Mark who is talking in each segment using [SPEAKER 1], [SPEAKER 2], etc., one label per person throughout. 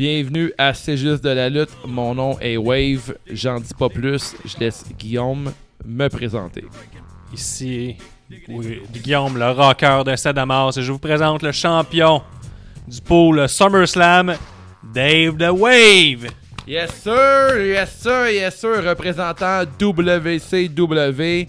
[SPEAKER 1] Bienvenue à C'est juste de la lutte. Mon nom est Wave. J'en dis pas plus. Je laisse Guillaume me présenter.
[SPEAKER 2] Ici, oui, Guillaume, le rocker de Sadamas, et je vous présente le champion du pôle SummerSlam, Dave the Wave.
[SPEAKER 1] Yes sir, yes sir, yes sir, représentant WCW,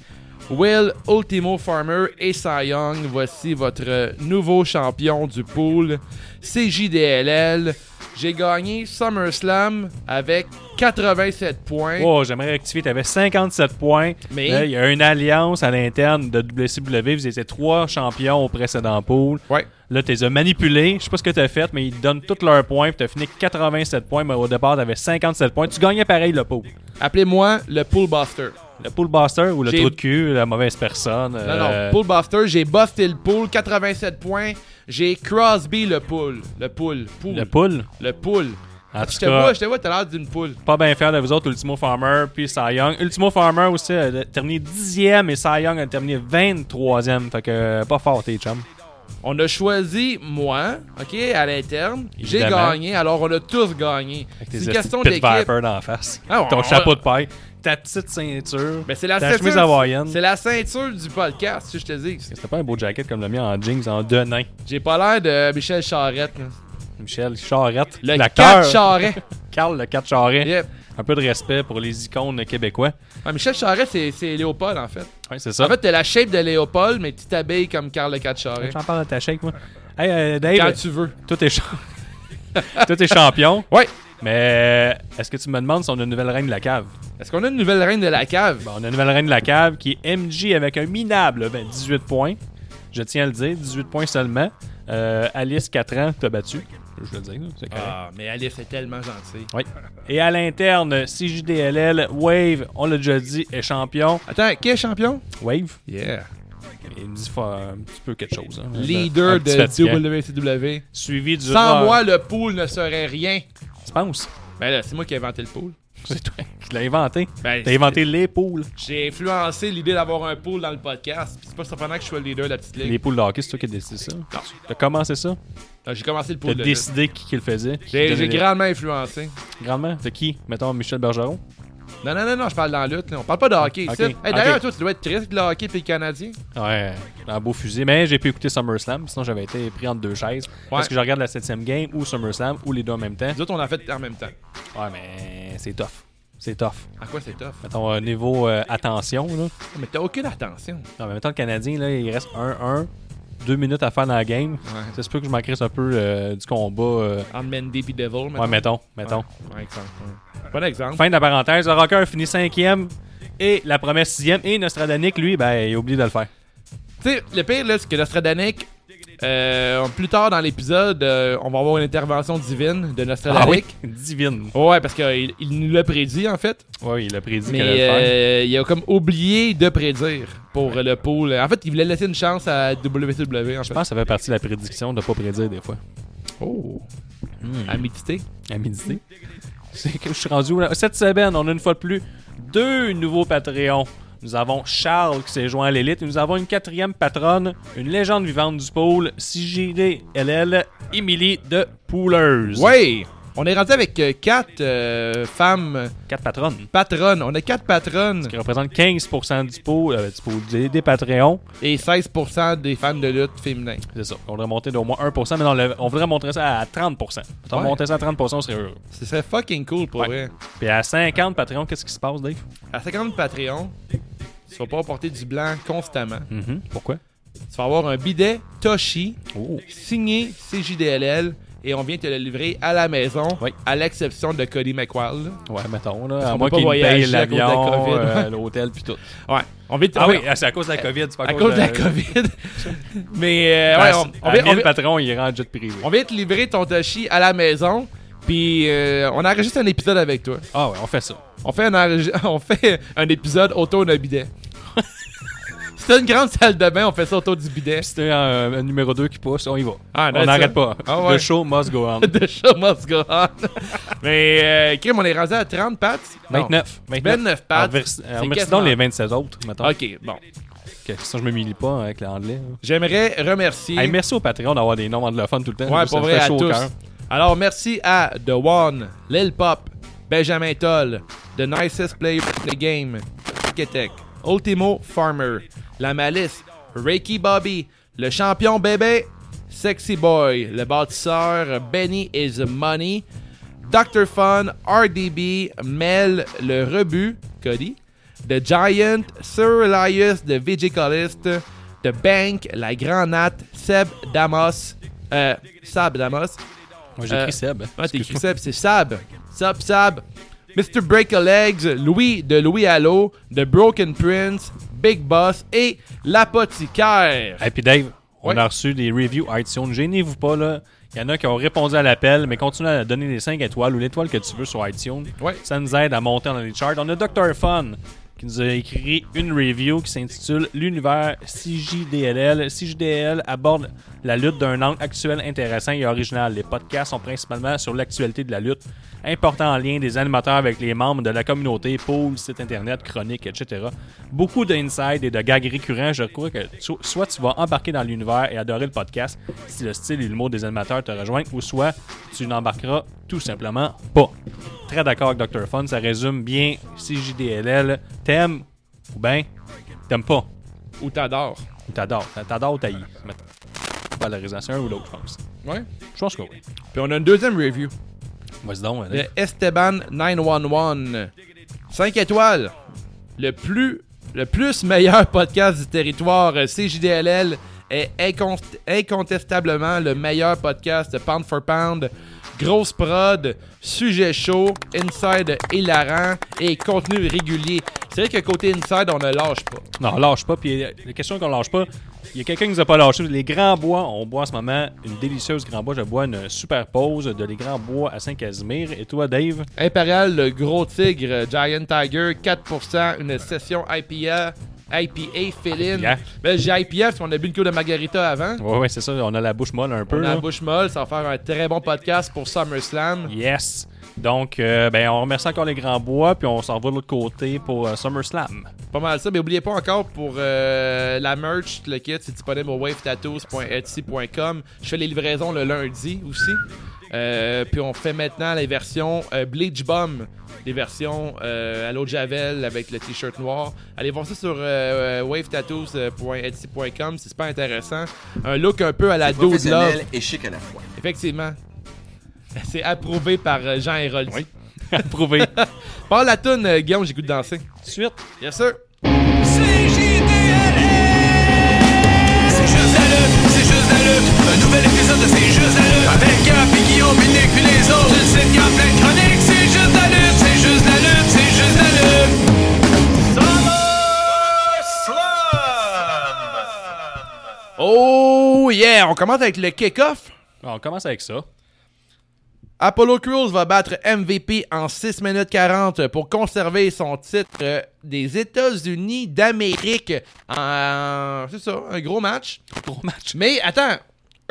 [SPEAKER 1] Will Ultimo Farmer et Cy Young. Voici votre nouveau champion du pool CJDLL. J'ai gagné SummerSlam avec 87 points.
[SPEAKER 2] Oh, j'aimerais rectifier, tu avais 57 points.
[SPEAKER 1] Mais-
[SPEAKER 2] Là, il y a une alliance à l'interne de WCW. Vous étiez trois champions au précédent pool.
[SPEAKER 1] Ouais.
[SPEAKER 2] Là, tu les as manipulés. Je sais pas ce que tu as fait, mais ils te donnent tous leurs points. Tu as fini 87 points, mais au départ, tu avais 57 points. Tu gagnais pareil le pool.
[SPEAKER 1] Appelez-moi le Poolbuster.
[SPEAKER 2] Le pool buster ou le
[SPEAKER 1] J'ai-
[SPEAKER 2] trou de cul, la mauvaise personne. euh,
[SPEAKER 1] Non, non, Poolbuster, j'ai busté le pool, 87 points. J'ai Crosby le pool. Le pool. pool.
[SPEAKER 2] Le pool.
[SPEAKER 1] Le pool.
[SPEAKER 2] En
[SPEAKER 1] Je
[SPEAKER 2] tout
[SPEAKER 1] te vois,
[SPEAKER 2] cas,
[SPEAKER 1] je te vois, t'as l'air d'une poule.
[SPEAKER 2] pas bien fier de vous autres, Ultimo Farmer puis Cy Young. Ultimo Farmer aussi a terminé 10e et Cy Young a terminé 23e. Fait que euh, pas fort, tes chums.
[SPEAKER 1] On a choisi moi, OK, à l'interne. J'ai
[SPEAKER 2] Évidemment.
[SPEAKER 1] gagné, alors on a tous gagné.
[SPEAKER 2] Avec tes
[SPEAKER 1] C'est une
[SPEAKER 2] esti
[SPEAKER 1] question
[SPEAKER 2] de Pit
[SPEAKER 1] d'équipe.
[SPEAKER 2] Viper dans la face.
[SPEAKER 1] Ah, on-
[SPEAKER 2] Ton
[SPEAKER 1] on-
[SPEAKER 2] chapeau de paille. Ta petite ceinture.
[SPEAKER 1] Mais c'est la
[SPEAKER 2] Ta chemise
[SPEAKER 1] ceinture.
[SPEAKER 2] hawaïenne.
[SPEAKER 1] C'est la ceinture du podcast, si je te dis.
[SPEAKER 2] C'était pas un beau jacket comme le mien en jeans, en deux nains.
[SPEAKER 1] J'ai pas l'air de Michel Charrette. là.
[SPEAKER 2] Michel Charrette.
[SPEAKER 1] Le
[SPEAKER 2] l'acteur.
[SPEAKER 1] 4 Charret.
[SPEAKER 2] Carl le 4 Charret.
[SPEAKER 1] Yep.
[SPEAKER 2] Un peu de respect pour les icônes québécois.
[SPEAKER 1] Ah, Michel Charrette, c'est, c'est Léopold, en fait.
[SPEAKER 2] Ouais, c'est ça.
[SPEAKER 1] En fait, t'as la shape de Léopold, mais tu t'habilles comme Carl le 4 Charret.
[SPEAKER 2] j'en parle de ta shake, moi. Hey, euh, Dave.
[SPEAKER 1] Quand tu veux.
[SPEAKER 2] Toi, t'es cha- Toi, t'es champion.
[SPEAKER 1] Ouais.
[SPEAKER 2] Mais euh, est-ce que tu me demandes si on a une nouvelle reine de la cave?
[SPEAKER 1] Est-ce qu'on a une nouvelle reine de la cave?
[SPEAKER 2] Bon, on a une nouvelle reine de la cave qui est MJ avec un minable ben, 18 points. Je tiens à le dire, 18 points seulement. Euh, Alice, 4 ans, t'as battu. Je veux le dire, c'est correct.
[SPEAKER 1] Ah, mais Alice est tellement gentille.
[SPEAKER 2] Oui. Et à l'interne, CJDLL, Wave, on l'a déjà dit, est champion.
[SPEAKER 1] Attends, qui est champion?
[SPEAKER 2] Wave,
[SPEAKER 1] Yeah.
[SPEAKER 2] il me dit faut un petit peu quelque chose. hein. Un
[SPEAKER 1] Leader
[SPEAKER 2] petit
[SPEAKER 1] de
[SPEAKER 2] fatigant.
[SPEAKER 1] WCW.
[SPEAKER 2] Suivi du...
[SPEAKER 1] Sans
[SPEAKER 2] Ah,
[SPEAKER 1] moi, le pool ne serait rien.
[SPEAKER 2] Tu penses?
[SPEAKER 1] Ben là, c'est moi qui ai inventé le pool.
[SPEAKER 2] C'est toi qui l'as inventé.
[SPEAKER 1] Ben,
[SPEAKER 2] T'as inventé les poules.
[SPEAKER 1] J'ai influencé l'idée d'avoir un pool dans le podcast. Puis c'est pas surprenant que je sois le leader de la petite ligue.
[SPEAKER 2] Les poules de hockey, c'est toi qui as décidé ça. T'as commencé ça?
[SPEAKER 1] Alors, Ah, J'ai commencé le
[SPEAKER 2] T'as
[SPEAKER 1] pool de lutte.
[SPEAKER 2] décidé qui, qui le faisait?
[SPEAKER 1] J'ai j'ai
[SPEAKER 2] grand...
[SPEAKER 1] grandement influencé.
[SPEAKER 2] grandement. T'as qui? Mettons Michel Bergeron?
[SPEAKER 1] Non, non, non, non, je parle dans la lutte. là. On parle pas de hockey
[SPEAKER 2] Ok,
[SPEAKER 1] ici. Hey,
[SPEAKER 2] ok.
[SPEAKER 1] D'ailleurs, toi, tu dois être triste avec le hockey puis le Canadien.
[SPEAKER 2] Ouais, un beau fusil. Mais j'ai pu écouter SummerSlam, sinon j'avais été pris entre deux chaises. Parce que je regarde la 7 game ou SummerSlam ou les deux en même temps.
[SPEAKER 1] Nous autres, on l'a fait en même temps.
[SPEAKER 2] Ouais, mais c'est tough. C'est tough.
[SPEAKER 1] À quoi c'est tough?
[SPEAKER 2] Mettons, euh, niveau euh, attention, là.
[SPEAKER 1] Mais t'as aucune attention.
[SPEAKER 2] Non, mais mettons, le Canadien, là, il reste 1-1, deux minutes à faire dans la game. Ça se peut que je m'en crisse un peu euh, du combat. euh,
[SPEAKER 1] Entre Mendy puis Devil, mettons.
[SPEAKER 2] Ouais, mettons, mettons.
[SPEAKER 1] Ouais, ouais, exemple. ouais. Bon exemple.
[SPEAKER 2] Fin de la parenthèse, le Rocker finit cinquième et la promesse sixième. Et Nostradanic, lui, ben, il a oublié de le faire.
[SPEAKER 1] Tu sais, le pire, là, c'est que Nostradanic, euh, plus tard dans l'épisode, euh, on va avoir une intervention divine de Nostradanic.
[SPEAKER 2] Ah divine.
[SPEAKER 1] Ouais, parce qu'il il nous l'a prédit, en fait.
[SPEAKER 2] Oui, il a prédit qu'il allait
[SPEAKER 1] Mais
[SPEAKER 2] le faire.
[SPEAKER 1] euh, il a comme oublié de prédire pour euh, le pool. En fait, il voulait laisser une chance à WCW, en
[SPEAKER 2] Je
[SPEAKER 1] fait.
[SPEAKER 2] pense que ça fait partie de la prédiction de ne pas prédire des fois.
[SPEAKER 1] Oh. À méditer.
[SPEAKER 2] À midi. C'est que je suis rendu où là? Cette semaine, on a une fois de plus deux nouveaux Patreons. Nous avons Charles qui s'est joint à l'élite. et Nous avons une quatrième patronne, une légende vivante du pôle, CJDLL, Émilie de Pouleuse.
[SPEAKER 1] Ouais! On est rendu avec euh, quatre euh, femmes
[SPEAKER 2] Quatre patronnes.
[SPEAKER 1] patronnes. On a quatre patronnes
[SPEAKER 2] Qui représentent 15% du pôle, euh, du pôle des, des Patreons.
[SPEAKER 1] et 16% des femmes de lutte féminines.
[SPEAKER 2] C'est ça. On voudrait monter d'au moins 1%, mais non, le- on voudrait monter ça à 30%. Si on
[SPEAKER 1] Ouais.
[SPEAKER 2] montait ça à 30%, on serait heureux.
[SPEAKER 1] Ce serait fucking cool pour
[SPEAKER 2] Ouais.
[SPEAKER 1] vrai.
[SPEAKER 2] Puis à 50 Patreons, qu'est-ce qui se passe, Dave?
[SPEAKER 1] À 50 Patreon, tu vas pas porter du blanc constamment.
[SPEAKER 2] Mm-hmm. Pourquoi?
[SPEAKER 1] Tu vas avoir un bidet Toshi
[SPEAKER 2] Oh.
[SPEAKER 1] signé CJDLL et on vient te le livrer à la maison,
[SPEAKER 2] Oui.
[SPEAKER 1] à l'exception de Cody McQuarrie.
[SPEAKER 2] Ouais, mettons,
[SPEAKER 1] Parce
[SPEAKER 2] là. À
[SPEAKER 1] qu'on
[SPEAKER 2] moins
[SPEAKER 1] peut
[SPEAKER 2] qu'il
[SPEAKER 1] pas
[SPEAKER 2] paye
[SPEAKER 1] voyager à cause de la
[SPEAKER 2] l'avion,
[SPEAKER 1] COVID.
[SPEAKER 2] euh, l'hôtel, puis tout.
[SPEAKER 1] Ouais, on vient te-
[SPEAKER 2] Ah
[SPEAKER 1] on-
[SPEAKER 2] oui, c'est à cause de la COVID, c'est pas
[SPEAKER 1] à cause de la COVID. Mais euh, ouais, on- on,
[SPEAKER 2] on,
[SPEAKER 1] vient, on
[SPEAKER 2] le
[SPEAKER 1] vient-
[SPEAKER 2] patron, il rentre jet privé.
[SPEAKER 1] on vient te livrer ton Toshi à la maison, puis euh, on enregistre un épisode avec toi.
[SPEAKER 2] Ah ouais, on fait ça.
[SPEAKER 1] On fait un, enregi- on fait un épisode autour d'un bidet. C'est une grande salle de bain, on fait ça autour du bidet.
[SPEAKER 2] Si t'es un, un numéro 2 qui pousse, on y va.
[SPEAKER 1] Ah,
[SPEAKER 2] on
[SPEAKER 1] that's
[SPEAKER 2] n'arrête
[SPEAKER 1] it.
[SPEAKER 2] pas.
[SPEAKER 1] Ah ouais.
[SPEAKER 2] The show must go on.
[SPEAKER 1] de show must go on. Mais, euh, Kim, on est rendu à 30 pattes. Non.
[SPEAKER 2] 29. 29.
[SPEAKER 1] 29
[SPEAKER 2] Alors,
[SPEAKER 1] pattes.
[SPEAKER 2] remercie-
[SPEAKER 1] C'est
[SPEAKER 2] alors, Remercie
[SPEAKER 1] quasiment-
[SPEAKER 2] donc les 27 autres, mettons.
[SPEAKER 1] Ok, bon.
[SPEAKER 2] Que- Sinon, je me milie pas hein, avec l'anglais. là.
[SPEAKER 1] J'aimerais remercier.
[SPEAKER 2] Hey, merci au Patreon d'avoir des noms anglophones tout le temps.
[SPEAKER 1] ouais,
[SPEAKER 2] Ça
[SPEAKER 1] pour
[SPEAKER 2] me
[SPEAKER 1] vrai,
[SPEAKER 2] fait
[SPEAKER 1] à
[SPEAKER 2] chaud au
[SPEAKER 1] tous.
[SPEAKER 2] cœur.
[SPEAKER 1] Alors, merci à The One, Lil Pop, Benjamin Toll, The Nicest Player in the Game, Ketek, Ultimo Farmer, La Malice, Reiki Bobby, Le Champion Bébé, Sexy Boy, Le Bâtisseur, Benny is Money, Dr. Fun, RDB, Mel, Le Rebut, Cody, The Giant, Sir Elias, The VJ Collist, The Bank, La Granate, Seb Damos, euh, Sab Damos,
[SPEAKER 2] Moi, j'ai
[SPEAKER 1] Euh,
[SPEAKER 2] écrit Seb.
[SPEAKER 1] ah, t'es écrit
[SPEAKER 2] Excuse-moi.
[SPEAKER 1] ça, pis c'est Sab. Sab, Sab. Mr. Break a Legs, Louis de Louis Allo, The Broken Prince, Big Boss et L'Apothicaire.
[SPEAKER 2] Hey, puis Dave, on
[SPEAKER 1] Ouais.
[SPEAKER 2] a reçu des reviews iTunes. Gênez-vous pas, là. Il y en a qui ont répondu à l'appel, mais continue à donner les 5 étoiles ou l'étoile que tu veux sur iTunes.
[SPEAKER 1] Ouais.
[SPEAKER 2] Ça nous aide à monter dans les charts. On a Dr. Fun qui nous a écrit une review qui s'intitule L'univers CJDLL. CJDL aborde la lutte d'un angle actuel intéressant et original. Les podcasts sont principalement sur l'actualité de la lutte, important en lien des animateurs avec les membres de la communauté, pôle, site internet, chroniques, etc. Beaucoup d'insides et de gags récurrents. Je crois que so- soit tu vas embarquer dans l'univers et adorer le podcast si le style et l'humour des animateurs te rejoignent, ou soit tu n'embarqueras tout simplement pas. Très d'accord avec Dr. Fun, ça résume bien CJDLL. T'aimes ou ben t'aimes pas.
[SPEAKER 1] Ou t'adores.
[SPEAKER 2] Ou t'adores. T'a- T'adores ou t'haïs. mettons. Valorisation un ou l'autre, je pense.
[SPEAKER 1] Ouais.
[SPEAKER 2] Je pense que oui.
[SPEAKER 1] Puis on a une deuxième review.
[SPEAKER 2] Vas-y donc, allez.
[SPEAKER 1] Le Esteban 911. 5 étoiles. Le plus, le plus meilleur podcast du territoire euh, CJDLL est incont- incontestablement le meilleur podcast de Pound for Pound. Grosse prod, sujet chaud, inside hilarant et contenu régulier. C'est vrai que côté inside, on ne lâche pas.
[SPEAKER 2] Non, on lâche pas. Puis euh, la question qu'on lâche pas, il y a quelqu'un qui nous a pas lâché. Les grands bois, on boit en ce moment une délicieuse grand bois. Je bois une super pause de les grands bois à Saint-Casimir. Et toi, Dave,
[SPEAKER 1] Impérial, le gros tigre, euh, Giant Tiger, 4%, une session IPA, IPA fill-in.
[SPEAKER 2] IPA.
[SPEAKER 1] Ben, j'ai IPA parce qu'on a bu une queue de margarita avant.
[SPEAKER 2] ouais, ouais, c'est ça. On a la bouche molle un peu.
[SPEAKER 1] On a la
[SPEAKER 2] là.
[SPEAKER 1] bouche molle, ça va faire un très bon podcast pour SummerSlam.
[SPEAKER 2] Yes. Donc, euh, ben, on remercie encore les grands bois. Puis on s'en va de l'autre côté pour euh, SummerSlam.
[SPEAKER 1] Pas mal ça, mais oubliez pas encore pour euh, la merch, le kit, c'est disponible au wavetattoos.etsy.com. Je fais les livraisons le lundi aussi. Euh, puis on fait maintenant les versions euh, Bleach Bomb, les versions euh, à l'eau de Javel avec le t-shirt noir. Allez voir ça sur euh, euh, wavetattoos.etsy.com, c'est super intéressant. Un look un peu à la Dude Love,
[SPEAKER 3] Professionnel et chic à la fois.
[SPEAKER 1] effectivement. C'est approuvé par euh, Jean Héroldi.
[SPEAKER 2] Oui. Approuvé.
[SPEAKER 1] Parle la toune, euh, Guillaume, j'ai goût de danser.
[SPEAKER 2] Suite.
[SPEAKER 1] Yes, sir.
[SPEAKER 4] C'est juste la lutte, c'est juste la lutte. Un nouvel épisode de C'est juste la lutte. Avec Gap et Guillaume, Nick puis les autres. Tu le sais, Gap, plein de chroniques. C'est juste la lutte, c'est juste la lutte, c'est juste la lutte.
[SPEAKER 1] Oh yeah, on commence avec le kick-off.
[SPEAKER 2] On commence avec ça.
[SPEAKER 1] Apollo Crews va battre MVP en 6 minutes 40 pour conserver son titre euh, des États-Unis d'Amérique. En... C'est ça, un gros match.
[SPEAKER 2] Gros match.
[SPEAKER 1] Mais attends,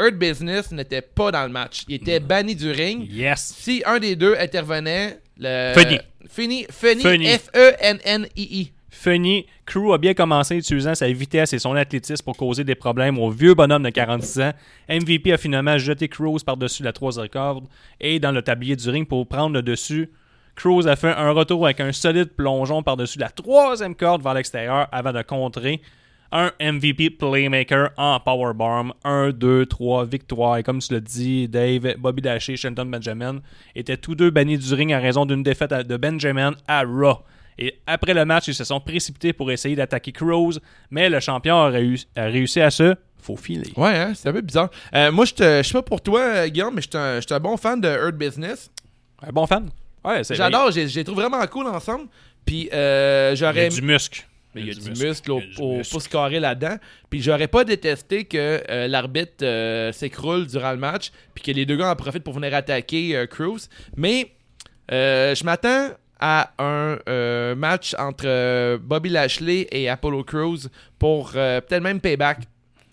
[SPEAKER 1] Earth Business n'était pas dans le match. Il était banni du ring.
[SPEAKER 2] Yes.
[SPEAKER 1] Si un des deux intervenait, le...
[SPEAKER 2] Funny.
[SPEAKER 1] Funny, Funny,
[SPEAKER 2] Funny.
[SPEAKER 1] E F-E-N-N-I-I.
[SPEAKER 2] Funny, Crew a bien commencé utilisant sa vitesse et son athlétisme pour causer des problèmes au vieux bonhomme de 46 ans. MVP a finalement jeté Cruz par-dessus la troisième corde et dans le tablier du ring pour prendre le dessus. Cruz a fait un retour avec un solide plongeon par-dessus la troisième corde vers l'extérieur avant de contrer un MVP Playmaker en Powerbomb. 1, 2, 3, victoire. Et comme tu l'as dit, Dave, Bobby Lashley et Shelton Benjamin étaient tous deux bannis du ring à raison d'une défaite à- de Benjamin à Raw. Et après le match, ils se sont précipités pour essayer d'attaquer Cruz, mais le champion a, réu- a réussi à se faufiler.
[SPEAKER 1] Ouais, hein, c'est un peu bizarre. Euh, moi, je te- je sais pas pour toi, euh, Guillaume, mais je suis un- je suis un bon fan de Earth Business.
[SPEAKER 2] Un bon fan. Ouais, c'est-
[SPEAKER 1] J'adore, j'ai- je les trouve vraiment cool ensemble. Puis euh,
[SPEAKER 2] Il y a
[SPEAKER 1] j'aurais.
[SPEAKER 2] du muscle.
[SPEAKER 1] Mais il y a du muscle au,
[SPEAKER 2] Il y a du
[SPEAKER 1] au
[SPEAKER 2] muscle.
[SPEAKER 1] pouce carré là-dedans. Puis j'aurais pas détesté que euh, l'arbitre euh, s'écroule durant le match. Puis que les deux gars en profitent pour venir attaquer euh, Cruz. Mais euh, je m'attends à un euh, match entre euh, Bobby Lashley et Apollo Cruz pour euh, peut-être même payback.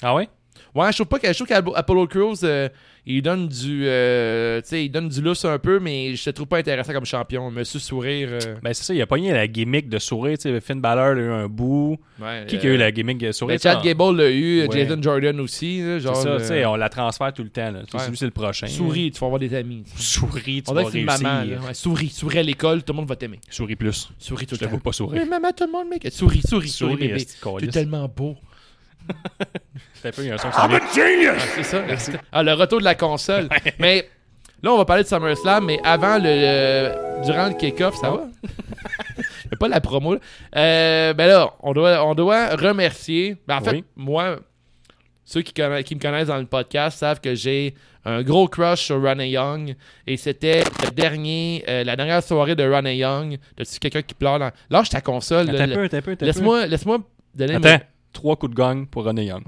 [SPEAKER 2] Ah ouais?
[SPEAKER 1] Ouais, je trouve pas que je trouve qu'Apollo Crews, euh, Il donne du, euh, tu sais, il donne du lousse un peu, mais je le trouve pas intéressant comme champion. Monsieur Sourire. euh,
[SPEAKER 2] Ben, c'est ça, il a pogné la gimmick de sourire. tu sais, Finn Balor il a eu un bout.
[SPEAKER 1] ouais,
[SPEAKER 2] Qui,
[SPEAKER 1] euh,
[SPEAKER 2] qui a eu la gimmick de sourire?
[SPEAKER 1] ben, Chad
[SPEAKER 2] tu sais,
[SPEAKER 1] Gable l'a eu,
[SPEAKER 2] Ouais.
[SPEAKER 1] Jason Jordan aussi. là,
[SPEAKER 2] C'est
[SPEAKER 1] genre,
[SPEAKER 2] ça, tu sais,
[SPEAKER 1] euh,
[SPEAKER 2] on la transfère tout le temps. Là. Tu sais,
[SPEAKER 1] ouais.
[SPEAKER 2] Celui, c'est le prochain.
[SPEAKER 1] souris, tu vas avoir des amis. tu sais.
[SPEAKER 2] Souris, tu
[SPEAKER 1] On
[SPEAKER 2] vas
[SPEAKER 1] dirait que c'est une
[SPEAKER 2] réussir.
[SPEAKER 1] maman. là. Ouais, souris, souris à l'école, tout le monde va t'aimer.
[SPEAKER 2] Souris plus.
[SPEAKER 1] Souris tout
[SPEAKER 2] Je
[SPEAKER 1] le
[SPEAKER 2] te
[SPEAKER 1] temps.
[SPEAKER 2] vois pas sourire.
[SPEAKER 1] Mais maman, tout le monde, mec. Souris, souris, souris,
[SPEAKER 2] Souris,
[SPEAKER 1] bébé.
[SPEAKER 2] esti de
[SPEAKER 1] T'es
[SPEAKER 2] câlisse.
[SPEAKER 1] tellement beau.
[SPEAKER 2] T'as un peu, il y a un son qui s'en vient.
[SPEAKER 1] Ah, c'est ça. Ah, le retour de la console. mais là, on va parler de SummerSlam, mais avant le. le- durant le kick-off,
[SPEAKER 2] Ah.
[SPEAKER 1] ça va? Mais pas la promo. là. Euh, ben là, on doit, on doit remercier. Ben, en fait,
[SPEAKER 2] Oui.
[SPEAKER 1] moi, ceux qui, conna- qui me connaissent dans le podcast savent que j'ai un gros crush sur Ronnie Young. Et c'était le dernier, euh, la dernière soirée de Ronnie Young. T'as-tu quelqu'un qui pleure? Dans... Lâche ta console. là,
[SPEAKER 2] T'as
[SPEAKER 1] le-
[SPEAKER 2] peu, t'as peu, t'as peu.
[SPEAKER 1] Laisse-moi laisse donner mon-
[SPEAKER 2] Attends, trois coups de gang pour René Young.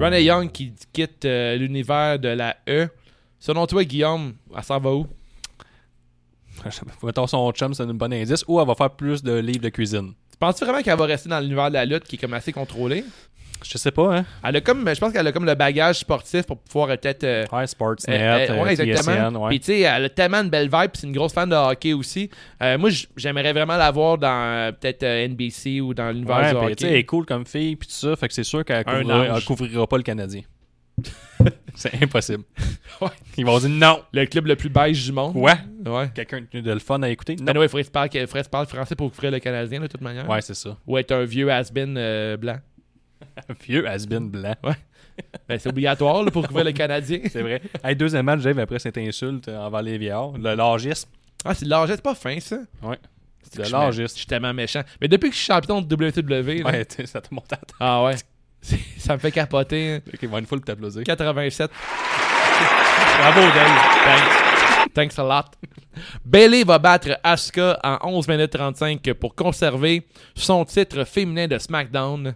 [SPEAKER 1] Ronnie Young qui quitte euh, l'univers de la E. Selon toi, Guillaume, elle s'en va où?
[SPEAKER 2] Mettons son chum, c'est un bon indice. Ou elle va faire plus de livres de cuisine.
[SPEAKER 1] Tu penses vraiment qu'elle va rester dans l'univers de la lutte qui est comme assez contrôlé?
[SPEAKER 2] Je sais pas, hein.
[SPEAKER 1] Elle a comme, je pense qu'elle a comme le bagage sportif pour pouvoir euh, peut-être... euh,
[SPEAKER 2] Ouais, Sportsnet,
[SPEAKER 1] euh, euh, ouais,
[SPEAKER 2] euh,
[SPEAKER 1] exactement.
[SPEAKER 2] TSN, ouais.
[SPEAKER 1] Puis tu sais, elle a tellement de belles vibes, puis c'est une grosse fan de hockey aussi. Euh, moi, j- j'aimerais vraiment la voir dans euh, peut-être euh, NBC ou dans l'univers
[SPEAKER 2] Ouais,
[SPEAKER 1] du
[SPEAKER 2] puis,
[SPEAKER 1] hockey.
[SPEAKER 2] tu sais, elle est cool comme fille, puis tout ça. Fait que c'est sûr qu'elle
[SPEAKER 1] Un
[SPEAKER 2] couvrira,
[SPEAKER 1] ange.
[SPEAKER 2] elle couvrira pas le Canadien. c'est impossible.
[SPEAKER 1] Ouais.
[SPEAKER 2] Ils vont dire non.
[SPEAKER 1] Le club le plus beige du monde.
[SPEAKER 2] Quoi?
[SPEAKER 1] Ouais.
[SPEAKER 2] Quelqu'un de le fun à écouter? Non.
[SPEAKER 1] Ben ouais, il faudrait se parler- il faudrait se parler français pour couvrir le Canadien, de toute manière.
[SPEAKER 2] Ouais, c'est ça.
[SPEAKER 1] Ou être un vieux has-been euh, blanc.
[SPEAKER 2] Un Vieux has-been blanc.
[SPEAKER 1] Ben, c'est obligatoire là, pour couvrir le Canadien.
[SPEAKER 2] C'est vrai. Hey, deuxième match, Dave, après cette insulte euh, envers les vieillards. Le largisme.
[SPEAKER 1] Ah, c'est de l'argent, c'est pas fin, ça.
[SPEAKER 2] Ouais.
[SPEAKER 1] que
[SPEAKER 2] De
[SPEAKER 1] je Je
[SPEAKER 2] largisme.
[SPEAKER 1] suis tellement méchant. Mais depuis que je suis champion de WWE, là-
[SPEAKER 2] Ouais, t'sais, ça te monte à la tête.
[SPEAKER 1] ah ouais, C'est- ça me fait capoter. hein.
[SPEAKER 2] Ok, va une foule pour t'applaudir.
[SPEAKER 1] 87.
[SPEAKER 2] Bravo, Dave.
[SPEAKER 1] Thanks. Thanks a lot. Bailey va battre Asuka en 11 minutes 35 pour conserver son titre féminin de SmackDown.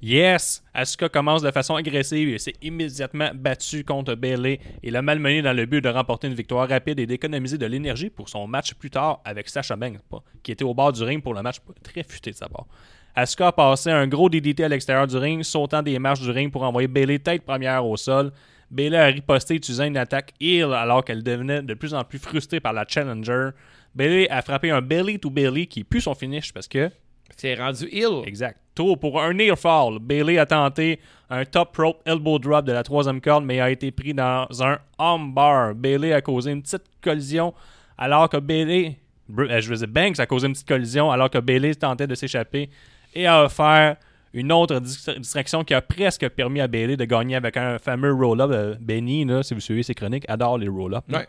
[SPEAKER 2] Yes! Asuka commence de façon agressive et s'est immédiatement battue contre Bailey et l'a malmenée dans le but de remporter une victoire rapide et d'économiser de l'énergie pour son match plus tard avec Sasha Banks, pas- qui était au bord du ring pour le match pas très futé de sa part. Asuka a passé un gros DDT à l'extérieur du ring, sautant des marches du ring pour envoyer Bailey tête première au sol. Bailey a riposté utilisant une attaque heel alors qu'elle devenait de plus en plus frustrée par la challenger. Bailey a frappé un Bailey to Bailey qui pue son finish parce que
[SPEAKER 1] C'est rendu ill.
[SPEAKER 2] Exact. Tour pour un near fall. Bailey a tenté un top rope elbow drop de la troisième corde, mais a été pris dans un armbar. Bailey a causé une petite collision alors que Bailey. euh, Je veux dire, Banks a causé une petite collision alors que Bailey tentait de s'échapper et a offert une autre dis- distraction qui a presque permis à Bailey de gagner avec un fameux roll-up. Euh, Benny, là, si vous suivez ses chroniques, adore les roll-ups. là.
[SPEAKER 1] Ouais.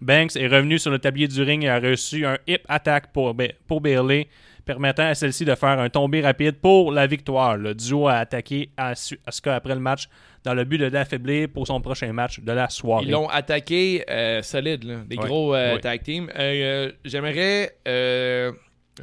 [SPEAKER 2] Banks est revenu sur le tablier du ring et a reçu un hip attack pour, Ba- pour Bailey, permettant à celle-ci de faire un tombé rapide pour la victoire. Le duo a attaqué Asu- Asuka après le match dans le but de l'affaiblir pour son prochain match de la soirée.
[SPEAKER 1] Ils l'ont attaqué euh, solide, là. des
[SPEAKER 2] Ouais.
[SPEAKER 1] gros euh,
[SPEAKER 2] Ouais.
[SPEAKER 1] tag team. Euh, euh, J'aimerais euh,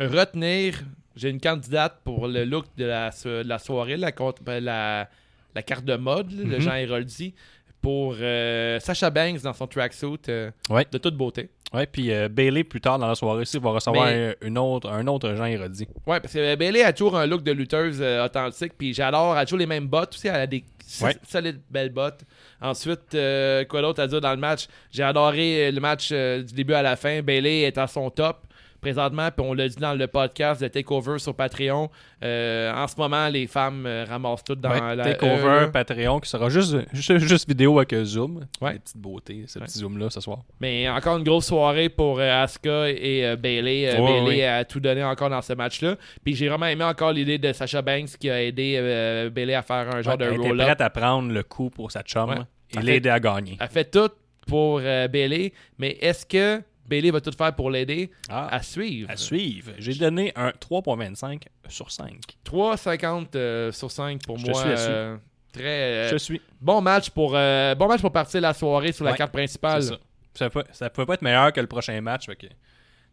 [SPEAKER 1] retenir, j'ai une candidate pour le look de la, so- de la soirée, la, compte- ben, la, la carte de mode là, de
[SPEAKER 2] Mhm.
[SPEAKER 1] Jean Héroldi, pour euh, Sacha Banks dans son tracksuit euh,
[SPEAKER 2] Ouais.
[SPEAKER 1] de toute beauté.
[SPEAKER 2] Ouais, puis euh, Bailey, plus tard dans la soirée aussi, va recevoir
[SPEAKER 1] Mais-
[SPEAKER 2] une autre, un autre Jean Hérodi.
[SPEAKER 1] Ouais, parce que euh, Bailey a toujours un look de lutteuse euh, authentique, puis j'adore, elle a toujours les mêmes bottes aussi, elle a des so-
[SPEAKER 2] Ouais.
[SPEAKER 1] solides belles bottes. Ensuite, euh, quoi d'autre à dire dans le match J'ai adoré euh, le match euh, du début à la fin. Bailey est à son top présentement, puis on l'a dit dans le podcast de Takeover sur Patreon. Euh, en ce moment, les femmes euh, ramassent toutes dans
[SPEAKER 2] Ouais,
[SPEAKER 1] la E,
[SPEAKER 2] Takeover,
[SPEAKER 1] là.
[SPEAKER 2] Patreon, qui sera juste, juste, juste vidéo avec euh, Zoom.
[SPEAKER 1] Ouais.
[SPEAKER 2] Des petites beautés, ce
[SPEAKER 1] Ouais.
[SPEAKER 2] petit Zoom-là ce soir.
[SPEAKER 1] Mais encore une grosse soirée pour euh, Asuka et euh, Bailey.
[SPEAKER 2] Ouais,
[SPEAKER 1] Bailey
[SPEAKER 2] ouais.
[SPEAKER 1] a tout donné encore dans ce match-là. Puis j'ai vraiment aimé encore l'idée de Sasha Banks qui a aidé euh, Bailey à faire un genre de
[SPEAKER 2] Ouais, elle était
[SPEAKER 1] roll-up.
[SPEAKER 2] prête à prendre le coup pour sa chum
[SPEAKER 1] Ouais.
[SPEAKER 2] et
[SPEAKER 1] Elle
[SPEAKER 2] l'aider à gagner.
[SPEAKER 1] Elle fait tout pour euh, Bailey, mais est-ce que Bailey va tout faire pour l'aider
[SPEAKER 2] Ah.
[SPEAKER 1] à suivre?
[SPEAKER 2] à suivre. J'ai donné un 3.25 sur 5.
[SPEAKER 1] 3,50 euh, sur 5 pour
[SPEAKER 2] Je te
[SPEAKER 1] moi.
[SPEAKER 2] suis là-dessus.
[SPEAKER 1] euh, très euh,
[SPEAKER 2] Je suis.
[SPEAKER 1] bon match pour euh, bon match pour partir la soirée sur la
[SPEAKER 2] Ouais,
[SPEAKER 1] carte
[SPEAKER 2] C'est
[SPEAKER 1] principale.
[SPEAKER 2] ça. Ça peut, ça peut pas être meilleur que le prochain match. fait que-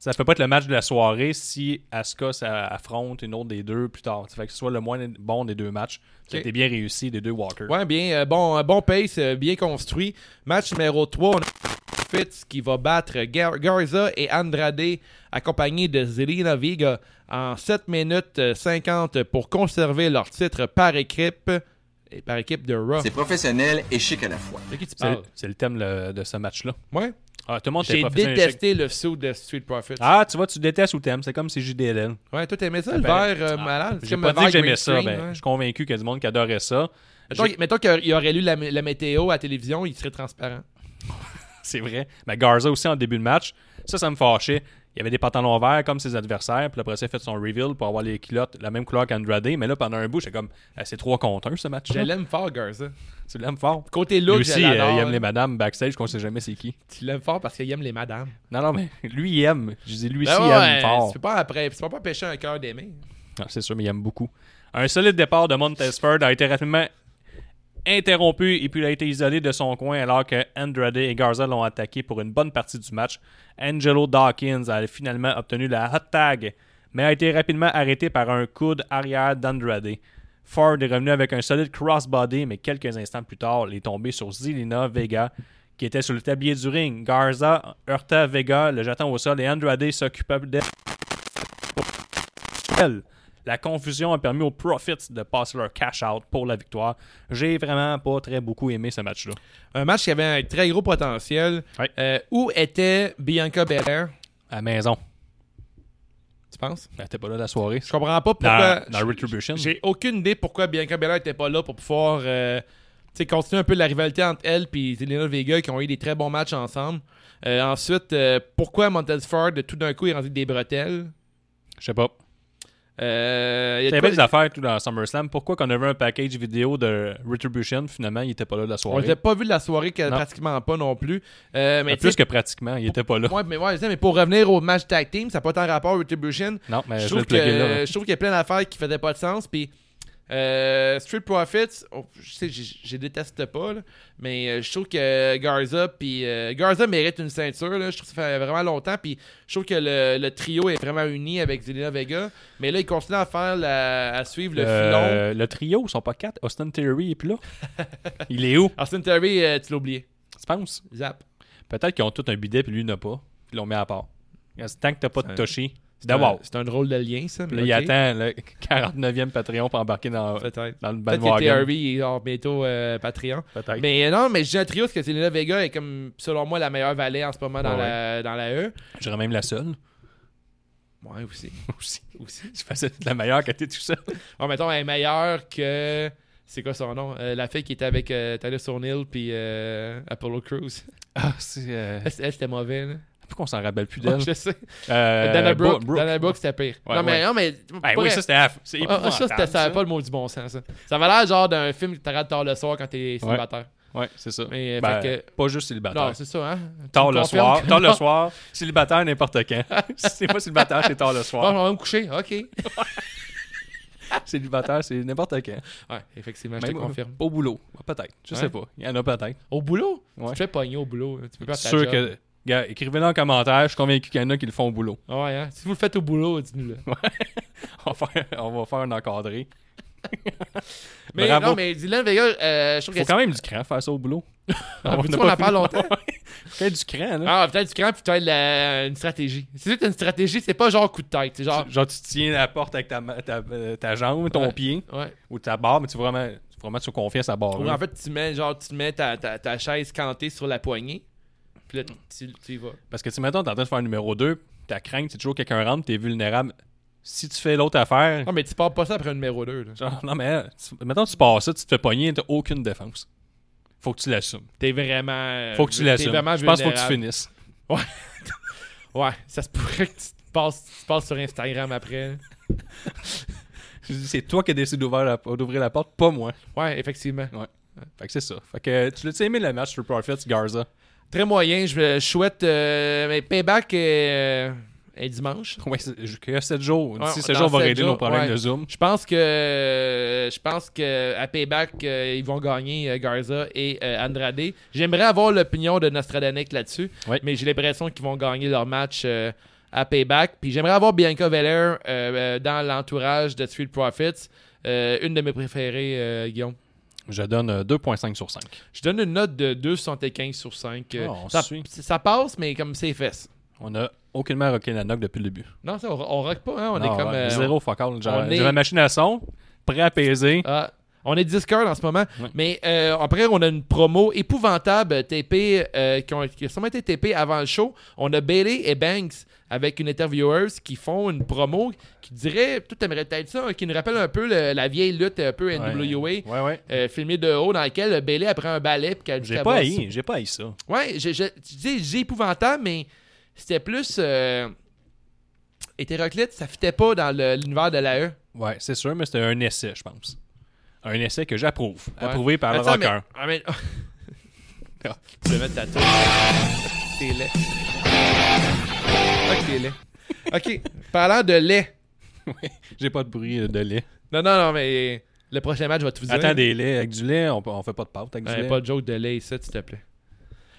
[SPEAKER 2] ça peut pas être le match de la soirée si Asuka ça affronte une autre des deux plus tard. Ça fait que ce soit le moins bon des deux matchs.
[SPEAKER 1] Ok.
[SPEAKER 2] C'était bien réussi des deux Walker.
[SPEAKER 1] Ouais, bien euh, bon euh, bon pace, euh, bien construit. Match numéro 3, on a Fitz qui va battre Gar- Garza et Andrade accompagné de Zelina Vega en 7 minutes euh, 50 pour conserver leur titre par équipe et par équipe de Raw.
[SPEAKER 3] C'est professionnel et chic à la fois.
[SPEAKER 1] De qui tu
[SPEAKER 2] C'est
[SPEAKER 1] parles?
[SPEAKER 2] c'est le thème le- de ce match-là.
[SPEAKER 1] Ouais.
[SPEAKER 2] Ah, tout le monde était
[SPEAKER 1] J'ai
[SPEAKER 2] professionnel et chic.
[SPEAKER 1] détesté le saut de Street Profits.
[SPEAKER 2] Ah, tu vois, tu détestes ou t'aimes. C'est comme si JDLN.
[SPEAKER 1] Ouais, toi t'aimais ça, le
[SPEAKER 2] paraît.
[SPEAKER 1] verre euh, malade? C'est
[SPEAKER 2] ben,
[SPEAKER 1] comme un
[SPEAKER 2] ah, J'ai pas dit que
[SPEAKER 1] verre
[SPEAKER 2] j'aimais
[SPEAKER 1] green
[SPEAKER 2] ça.
[SPEAKER 1] screen,
[SPEAKER 2] ben,
[SPEAKER 1] ouais.
[SPEAKER 2] Je suis convaincu qu'il y a du monde qui adorait ça.
[SPEAKER 1] hein. Mettons,
[SPEAKER 2] j'ai-
[SPEAKER 1] mettons qu'il aurait lu la, la météo à la télévision, il serait transparent.
[SPEAKER 2] C'est vrai. Mais Garza aussi en début de match, ça, ça me fâchait. Il avait des pantalons verts comme ses adversaires, puis après ça, il a fait son reveal pour avoir les culottes la même couleur qu'Andrade. Mais là, pendant un bout, j'étais comme, Ah, c'est 3 contre 1 ce match.
[SPEAKER 1] Je l'aime fort, Garza.
[SPEAKER 2] Tu l'aimes fort.
[SPEAKER 1] Côté
[SPEAKER 2] Lui
[SPEAKER 1] look, je
[SPEAKER 2] aussi, euh,
[SPEAKER 1] l'adore,
[SPEAKER 2] il aime
[SPEAKER 1] hein.
[SPEAKER 2] les madames backstage, qu'on sait jamais c'est qui.
[SPEAKER 1] Tu l'aimes fort parce qu'il aime les madames.
[SPEAKER 2] Non, non, mais lui, il aime. Je dis, lui
[SPEAKER 1] Ben
[SPEAKER 2] aussi, il aime
[SPEAKER 1] ouais, Tu
[SPEAKER 2] fort.
[SPEAKER 1] peux pas, après, tu peux pas empêcher un cœur d'aimer.
[SPEAKER 2] Ah, c'est sûr, mais il aime beaucoup. Un solide départ de Montesford a été rapidement interrompu et puis il a été isolé de son coin alors que Andrade et Garza l'ont attaqué pour une bonne partie du match. Angelo Dawkins a finalement obtenu la hot tag, mais a été rapidement arrêté par un coude arrière d'Andrade. Ford est revenu avec un solide crossbody, mais quelques instants plus tard, il est tombé sur Zelina Vega qui était sur le tablier du ring. Garza heurta Vega, le jetant au sol et Andrade s'occupa d'elle elle. La confusion a permis aux Profits de passer leur cash out pour la victoire. J'ai vraiment pas très beaucoup aimé ce match-là.
[SPEAKER 1] Un match qui avait un très gros potentiel.
[SPEAKER 2] Ouais.
[SPEAKER 1] Euh, où était Bianca Belair,
[SPEAKER 2] À la maison.
[SPEAKER 1] tu penses?
[SPEAKER 2] Ben, T'es pas là la soirée.
[SPEAKER 1] Je comprends pas pourquoi.
[SPEAKER 2] Dans, dans Retribution.
[SPEAKER 1] J'ai aucune idée pourquoi Bianca Belair était pas là pour pouvoir euh, tu sais, continuer un peu la rivalité entre elle et Zelina Vega qui ont eu des très bons matchs ensemble. Euh, ensuite, euh, pourquoi Montez Ford tout d'un coup est rendu des bretelles?
[SPEAKER 2] Je sais pas.
[SPEAKER 1] Euh, il y a de
[SPEAKER 2] T'avais
[SPEAKER 1] quoi-
[SPEAKER 2] des affaires tout dans SummerSlam. Pourquoi qu'on avait un package vidéo de Retribution, finalement, il était pas là la
[SPEAKER 1] on
[SPEAKER 2] soirée.
[SPEAKER 1] les a pas vu de la soirée que-
[SPEAKER 2] Non.
[SPEAKER 1] pratiquement pas non plus. Euh, mais
[SPEAKER 2] Mais
[SPEAKER 1] tu sais,
[SPEAKER 2] plus que pratiquement, il était pas là.
[SPEAKER 1] Ouais, mais, ouais, je sais, mais pour revenir au match tag team, ça n'a pas tant rapport à Retribution.
[SPEAKER 2] Non, mais
[SPEAKER 1] je,
[SPEAKER 2] je,
[SPEAKER 1] trouve
[SPEAKER 2] vais le
[SPEAKER 1] que,
[SPEAKER 2] plugger là.
[SPEAKER 1] je trouve qu'il y a plein d'affaires qui faisaient pas de sens. Puis euh, Street Profits, oh, je sais, j- je les déteste pas, là, mais euh, je trouve que Garza, puis euh, Garza mérite une ceinture. là. je trouve que ça fait vraiment longtemps. Puis je trouve que le, le trio est vraiment uni avec Zelina Vega. Mais là, ils continuent à faire la- à suivre le filon.
[SPEAKER 2] Euh, le trio, ils sont pas quatre. Austin Theory est plus là. il est où?
[SPEAKER 1] Austin Terry, euh, tu l'as oublié.
[SPEAKER 2] Tu penses?
[SPEAKER 1] Zap.
[SPEAKER 2] Peut-être qu'ils ont tous un bidet puis lui il n'a pas. Puis ils l'ont mis à part. Tant que t'as pas de
[SPEAKER 1] un-
[SPEAKER 2] Toshi,
[SPEAKER 1] un-
[SPEAKER 2] d'abord.
[SPEAKER 1] C'est un drôle de lien, ça.
[SPEAKER 2] Puis
[SPEAKER 1] Mais
[SPEAKER 2] Là,
[SPEAKER 1] ok.
[SPEAKER 2] il attend le 49e Patreon pour embarquer dans,
[SPEAKER 1] Peut-être.
[SPEAKER 2] dans le
[SPEAKER 1] Peut-être que
[SPEAKER 2] bandwagon.
[SPEAKER 1] TRV est hors bientôt euh, Patreon.
[SPEAKER 2] Peut-être.
[SPEAKER 1] Mais euh, non, mais je dis un trio parce que Selena Vega est comme, selon moi, la meilleure valet en ce moment dans,
[SPEAKER 2] Ouais.
[SPEAKER 1] la, dans la E.
[SPEAKER 2] Je dirais même la seule.
[SPEAKER 1] Ouais, aussi.
[SPEAKER 2] Aussi.
[SPEAKER 1] aussi.
[SPEAKER 2] Je faisais de la meilleure quand t'es tout seul.
[SPEAKER 1] Bon, mettons, elle est meilleure que. C'est quoi son nom Euh, La fille qui était avec euh, Tyler O'Neill puis euh, Apollo Crews.
[SPEAKER 2] Ah, c'est. euh,
[SPEAKER 1] Elle, elle, c'était mauvais, là.
[SPEAKER 2] Pourquoi on s'en rappelle plus
[SPEAKER 1] Ouais,
[SPEAKER 2] d'elle
[SPEAKER 1] je sais.
[SPEAKER 2] Euh,
[SPEAKER 1] Oh, Dana
[SPEAKER 2] Bro-
[SPEAKER 1] Brooke. Dana Brooke, c'était pire.
[SPEAKER 2] Ouais,
[SPEAKER 1] non, mais.
[SPEAKER 2] ouais.
[SPEAKER 1] Non, mais
[SPEAKER 2] Ben
[SPEAKER 1] pour
[SPEAKER 2] oui,
[SPEAKER 1] vrai,
[SPEAKER 2] ça, c'était. aff- C'est
[SPEAKER 1] ah, ah,
[SPEAKER 2] épouvantable.
[SPEAKER 1] ça, c'était- ça avait pas le mot du bon sens, ça. Ça avait l'air genre d'un film que t'arrêtes tard le soir quand t'es célibataire.
[SPEAKER 2] Ouais, c'est ça.
[SPEAKER 1] Mais, euh,
[SPEAKER 2] Ben,
[SPEAKER 1] fait que-
[SPEAKER 2] Pas juste
[SPEAKER 1] Non,
[SPEAKER 2] célibataire.
[SPEAKER 1] c'est ça, hein. Tu
[SPEAKER 2] Tard
[SPEAKER 1] me
[SPEAKER 2] le
[SPEAKER 1] confirmes
[SPEAKER 2] soir.
[SPEAKER 1] que-
[SPEAKER 2] Tard le soir. Célibataire n'importe quand. si c'est pas célibataire, c'est tard le
[SPEAKER 1] Bon,
[SPEAKER 2] soir.
[SPEAKER 1] je vais me coucher, ok.
[SPEAKER 2] Célibataire, c'est n'importe quand.
[SPEAKER 1] Ouais, effectivement, je te
[SPEAKER 2] Même
[SPEAKER 1] confirme.
[SPEAKER 2] Au boulot. Peut-être. Je
[SPEAKER 1] Ouais.
[SPEAKER 2] sais pas. Il y en a peut-être.
[SPEAKER 1] Au boulot, tu
[SPEAKER 2] Ouais.
[SPEAKER 1] te fais pogner au boulot. hein. Tu peux perdre ta
[SPEAKER 2] sûr
[SPEAKER 1] job.
[SPEAKER 2] que. Gars, écrivez-le en commentaire. Je suis convaincu qu'il y en a qui le font au boulot.
[SPEAKER 1] Ouais, hein. Si vous le faites au boulot, dites-nous-le.
[SPEAKER 2] on, va faire, on va faire un encadré.
[SPEAKER 1] Mais
[SPEAKER 2] Bravo.
[SPEAKER 1] non, mais Dylan Vega, euh, je trouve
[SPEAKER 2] Faut
[SPEAKER 1] qu'elle
[SPEAKER 2] quand même du cran faire ça au boulot.
[SPEAKER 1] Ah,
[SPEAKER 2] On
[SPEAKER 1] veux-tu
[SPEAKER 2] n'a
[SPEAKER 1] qu'on
[SPEAKER 2] pas
[SPEAKER 1] en parle
[SPEAKER 2] fini.
[SPEAKER 1] longtemps?
[SPEAKER 2] Faut qu'il y ait du cran, là.
[SPEAKER 1] Ah, peut-être du cran, puis peut-être la- une stratégie. C'est sûr que t'as une stratégie, c'est pas genre coup de tête. C'est Ah, genre.
[SPEAKER 2] Genre, tu tiens la porte avec ta, ma- ta, euh, ta jambe, ton
[SPEAKER 1] Ouais.
[SPEAKER 2] pied
[SPEAKER 1] Ouais.
[SPEAKER 2] ou ta barre, mais tu vas vraiment, tu vas vraiment te confier à sa barre.
[SPEAKER 1] Ou
[SPEAKER 2] là.
[SPEAKER 1] en fait, tu mets, genre, tu mets ta, ta, ta chaise cantée sur la poignée, puis là, tu, tu y vas.
[SPEAKER 2] Parce que, tu sais, mettons, t'es en train de faire un numéro 2, ta crainte, c'est toujours quelqu'un rentre, t'es vulnérable. Si tu fais l'autre affaire,
[SPEAKER 1] Non, mais tu pars pas ça après un numéro 2.
[SPEAKER 2] genre, non, mais tu- mettons, tu passes ça, tu te fais pogner, t'as aucune défense. Faut que tu l'assumes.
[SPEAKER 1] T'es vraiment. euh,
[SPEAKER 2] Faut que tu
[SPEAKER 1] t'es
[SPEAKER 2] l'assumes.
[SPEAKER 1] vraiment
[SPEAKER 2] Je pense qu'il faut que tu
[SPEAKER 1] vulnérable.
[SPEAKER 2] finisses.
[SPEAKER 1] Ouais, ça se pourrait que tu te passes, tu te passes sur Instagram après.
[SPEAKER 2] Je dis, C'est toi qui as décidé d'ouvrir la- d'ouvrir la porte, pas moi.
[SPEAKER 1] Ouais, effectivement.
[SPEAKER 2] Fait que c'est ça. Fait
[SPEAKER 1] euh,
[SPEAKER 2] que tu l'as aimé le match sur Profits Garza.
[SPEAKER 1] Très moyen, je je souhaite. euh, mais Payback est, euh, est dimanche.
[SPEAKER 2] Ouais, c'est- que 7 jours.
[SPEAKER 1] Ouais,
[SPEAKER 2] D'ici 7
[SPEAKER 1] dans
[SPEAKER 2] jours, on va
[SPEAKER 1] sept
[SPEAKER 2] régler
[SPEAKER 1] jours,
[SPEAKER 2] nos problèmes
[SPEAKER 1] ouais.
[SPEAKER 2] de Zoom.
[SPEAKER 1] Je pense que euh, je pense que à Payback euh, ils vont gagner euh, Garza et euh, Andrade. J'aimerais avoir l'opinion de Nostradanic là-dessus,
[SPEAKER 2] Ouais.
[SPEAKER 1] mais j'ai l'impression qu'ils vont gagner leur match euh, à Payback. Puis j'aimerais avoir Bianca Belair euh, euh, dans l'entourage de Street Profits, Euh, une de mes préférées, euh, Guillaume.
[SPEAKER 2] Je donne euh, 2.5 sur 5.
[SPEAKER 1] Je donne une note de 2,75 sur 5.
[SPEAKER 2] Ah, on
[SPEAKER 1] ça,
[SPEAKER 2] suit.
[SPEAKER 1] ça passe, mais comme ses fesses.
[SPEAKER 2] On a aucunement rocké la knock depuis le début.
[SPEAKER 1] Non, ça, on, on rock pas, hein, on
[SPEAKER 2] Non,
[SPEAKER 1] est comme.
[SPEAKER 2] ouais,
[SPEAKER 1] euh,
[SPEAKER 2] Zéro fuck all. J'ai
[SPEAKER 1] on est-
[SPEAKER 2] j'ai ma machine à son, prêt à apaiser.
[SPEAKER 1] Ah, on est Discord en ce moment.
[SPEAKER 2] Ouais.
[SPEAKER 1] Mais euh, après, on a une promo épouvantable euh, TP euh, qui, ont, qui a sûrement été TP avant le show. On a Bailey et Banks avec une interviewers qui font une promo qui dirait, tout aimerait peut-être ça, hein, qui nous rappelle un peu le- la vieille lutte un peu NWA.
[SPEAKER 2] Ouais, ouais.
[SPEAKER 1] euh, filmée de haut dans laquelle euh, Bailey apprend un balai puis qu'elle dit
[SPEAKER 2] J'ai
[SPEAKER 1] qu'elle
[SPEAKER 2] pas
[SPEAKER 1] va-
[SPEAKER 2] haï, j'ai pas haï ça.
[SPEAKER 1] Ouais, je, je, tu dis, j'ai épouvantable, mais c'était plus euh, hétéroclite, ça fitait pas dans le- l'univers de la E.
[SPEAKER 2] Ouais, c'est sûr, mais c'était un essai, je pense. Un essai que j'approuve.
[SPEAKER 1] Ouais.
[SPEAKER 2] Approuvé par le
[SPEAKER 1] Attends, mais-
[SPEAKER 2] rocker.
[SPEAKER 1] ah, mais- tu veux mettre ta touche. T'es laid. Ok, t'es laid. Ok, parlant de lait.
[SPEAKER 2] Oui, j'ai pas de bruit de lait.
[SPEAKER 1] Non, non, non, mais le prochain match, je vais tout vous dire.
[SPEAKER 2] Attends, des laits avec du lait, on, peut- on fait pas de pâte avec du
[SPEAKER 1] Ouais,
[SPEAKER 2] lait.
[SPEAKER 1] pas de joke de lait ici, s'il te plaît.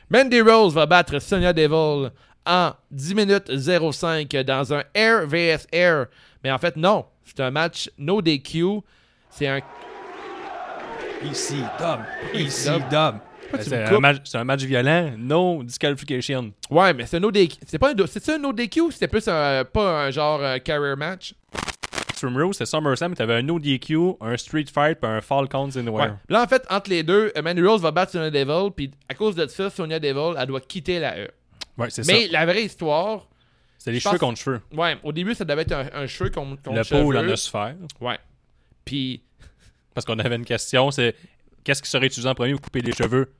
[SPEAKER 1] Mandy Rose va battre Sonia Devil en 10 minutes 05 dans un Air vs Air. Mais en fait, non. C'est un match no DQ. C'est un
[SPEAKER 2] Ici, Dom. Ici,
[SPEAKER 1] Dom.
[SPEAKER 2] Dom.
[SPEAKER 1] tu
[SPEAKER 2] C'est
[SPEAKER 1] me
[SPEAKER 2] un,
[SPEAKER 1] coupes?
[SPEAKER 2] match- c'est un match violent, no disqualification.
[SPEAKER 1] Ouais, mais c'est un ODQ. C'est pas un do- c'est-tu un ODQ ou c'était plus un, pas un genre euh, career match?
[SPEAKER 2] Stream Rose, c'est SummerSlam, t'avais un ODQ, un Street Fight, puis un Fall Counts in the
[SPEAKER 1] Ouais.
[SPEAKER 2] Wire.
[SPEAKER 1] Là, en fait, entre les deux, euh, Mandy Rose va battre Sonia Devil, puis à cause de ça, Sonia Devil, elle doit quitter la E.
[SPEAKER 2] Ouais, c'est ça.
[SPEAKER 1] Mais la vraie histoire,
[SPEAKER 2] C'est les
[SPEAKER 1] je
[SPEAKER 2] cheveux
[SPEAKER 1] pense-
[SPEAKER 2] contre cheveux.
[SPEAKER 1] ouais, au début, ça devait être un, un cheveu contre, contre
[SPEAKER 2] Le
[SPEAKER 1] cheveux.
[SPEAKER 2] pôle en a souffert.
[SPEAKER 1] Ouais. Puis,
[SPEAKER 2] Parce qu'on avait une question, c'est qu'est-ce qui serait utilisé en premier pour couper les cheveux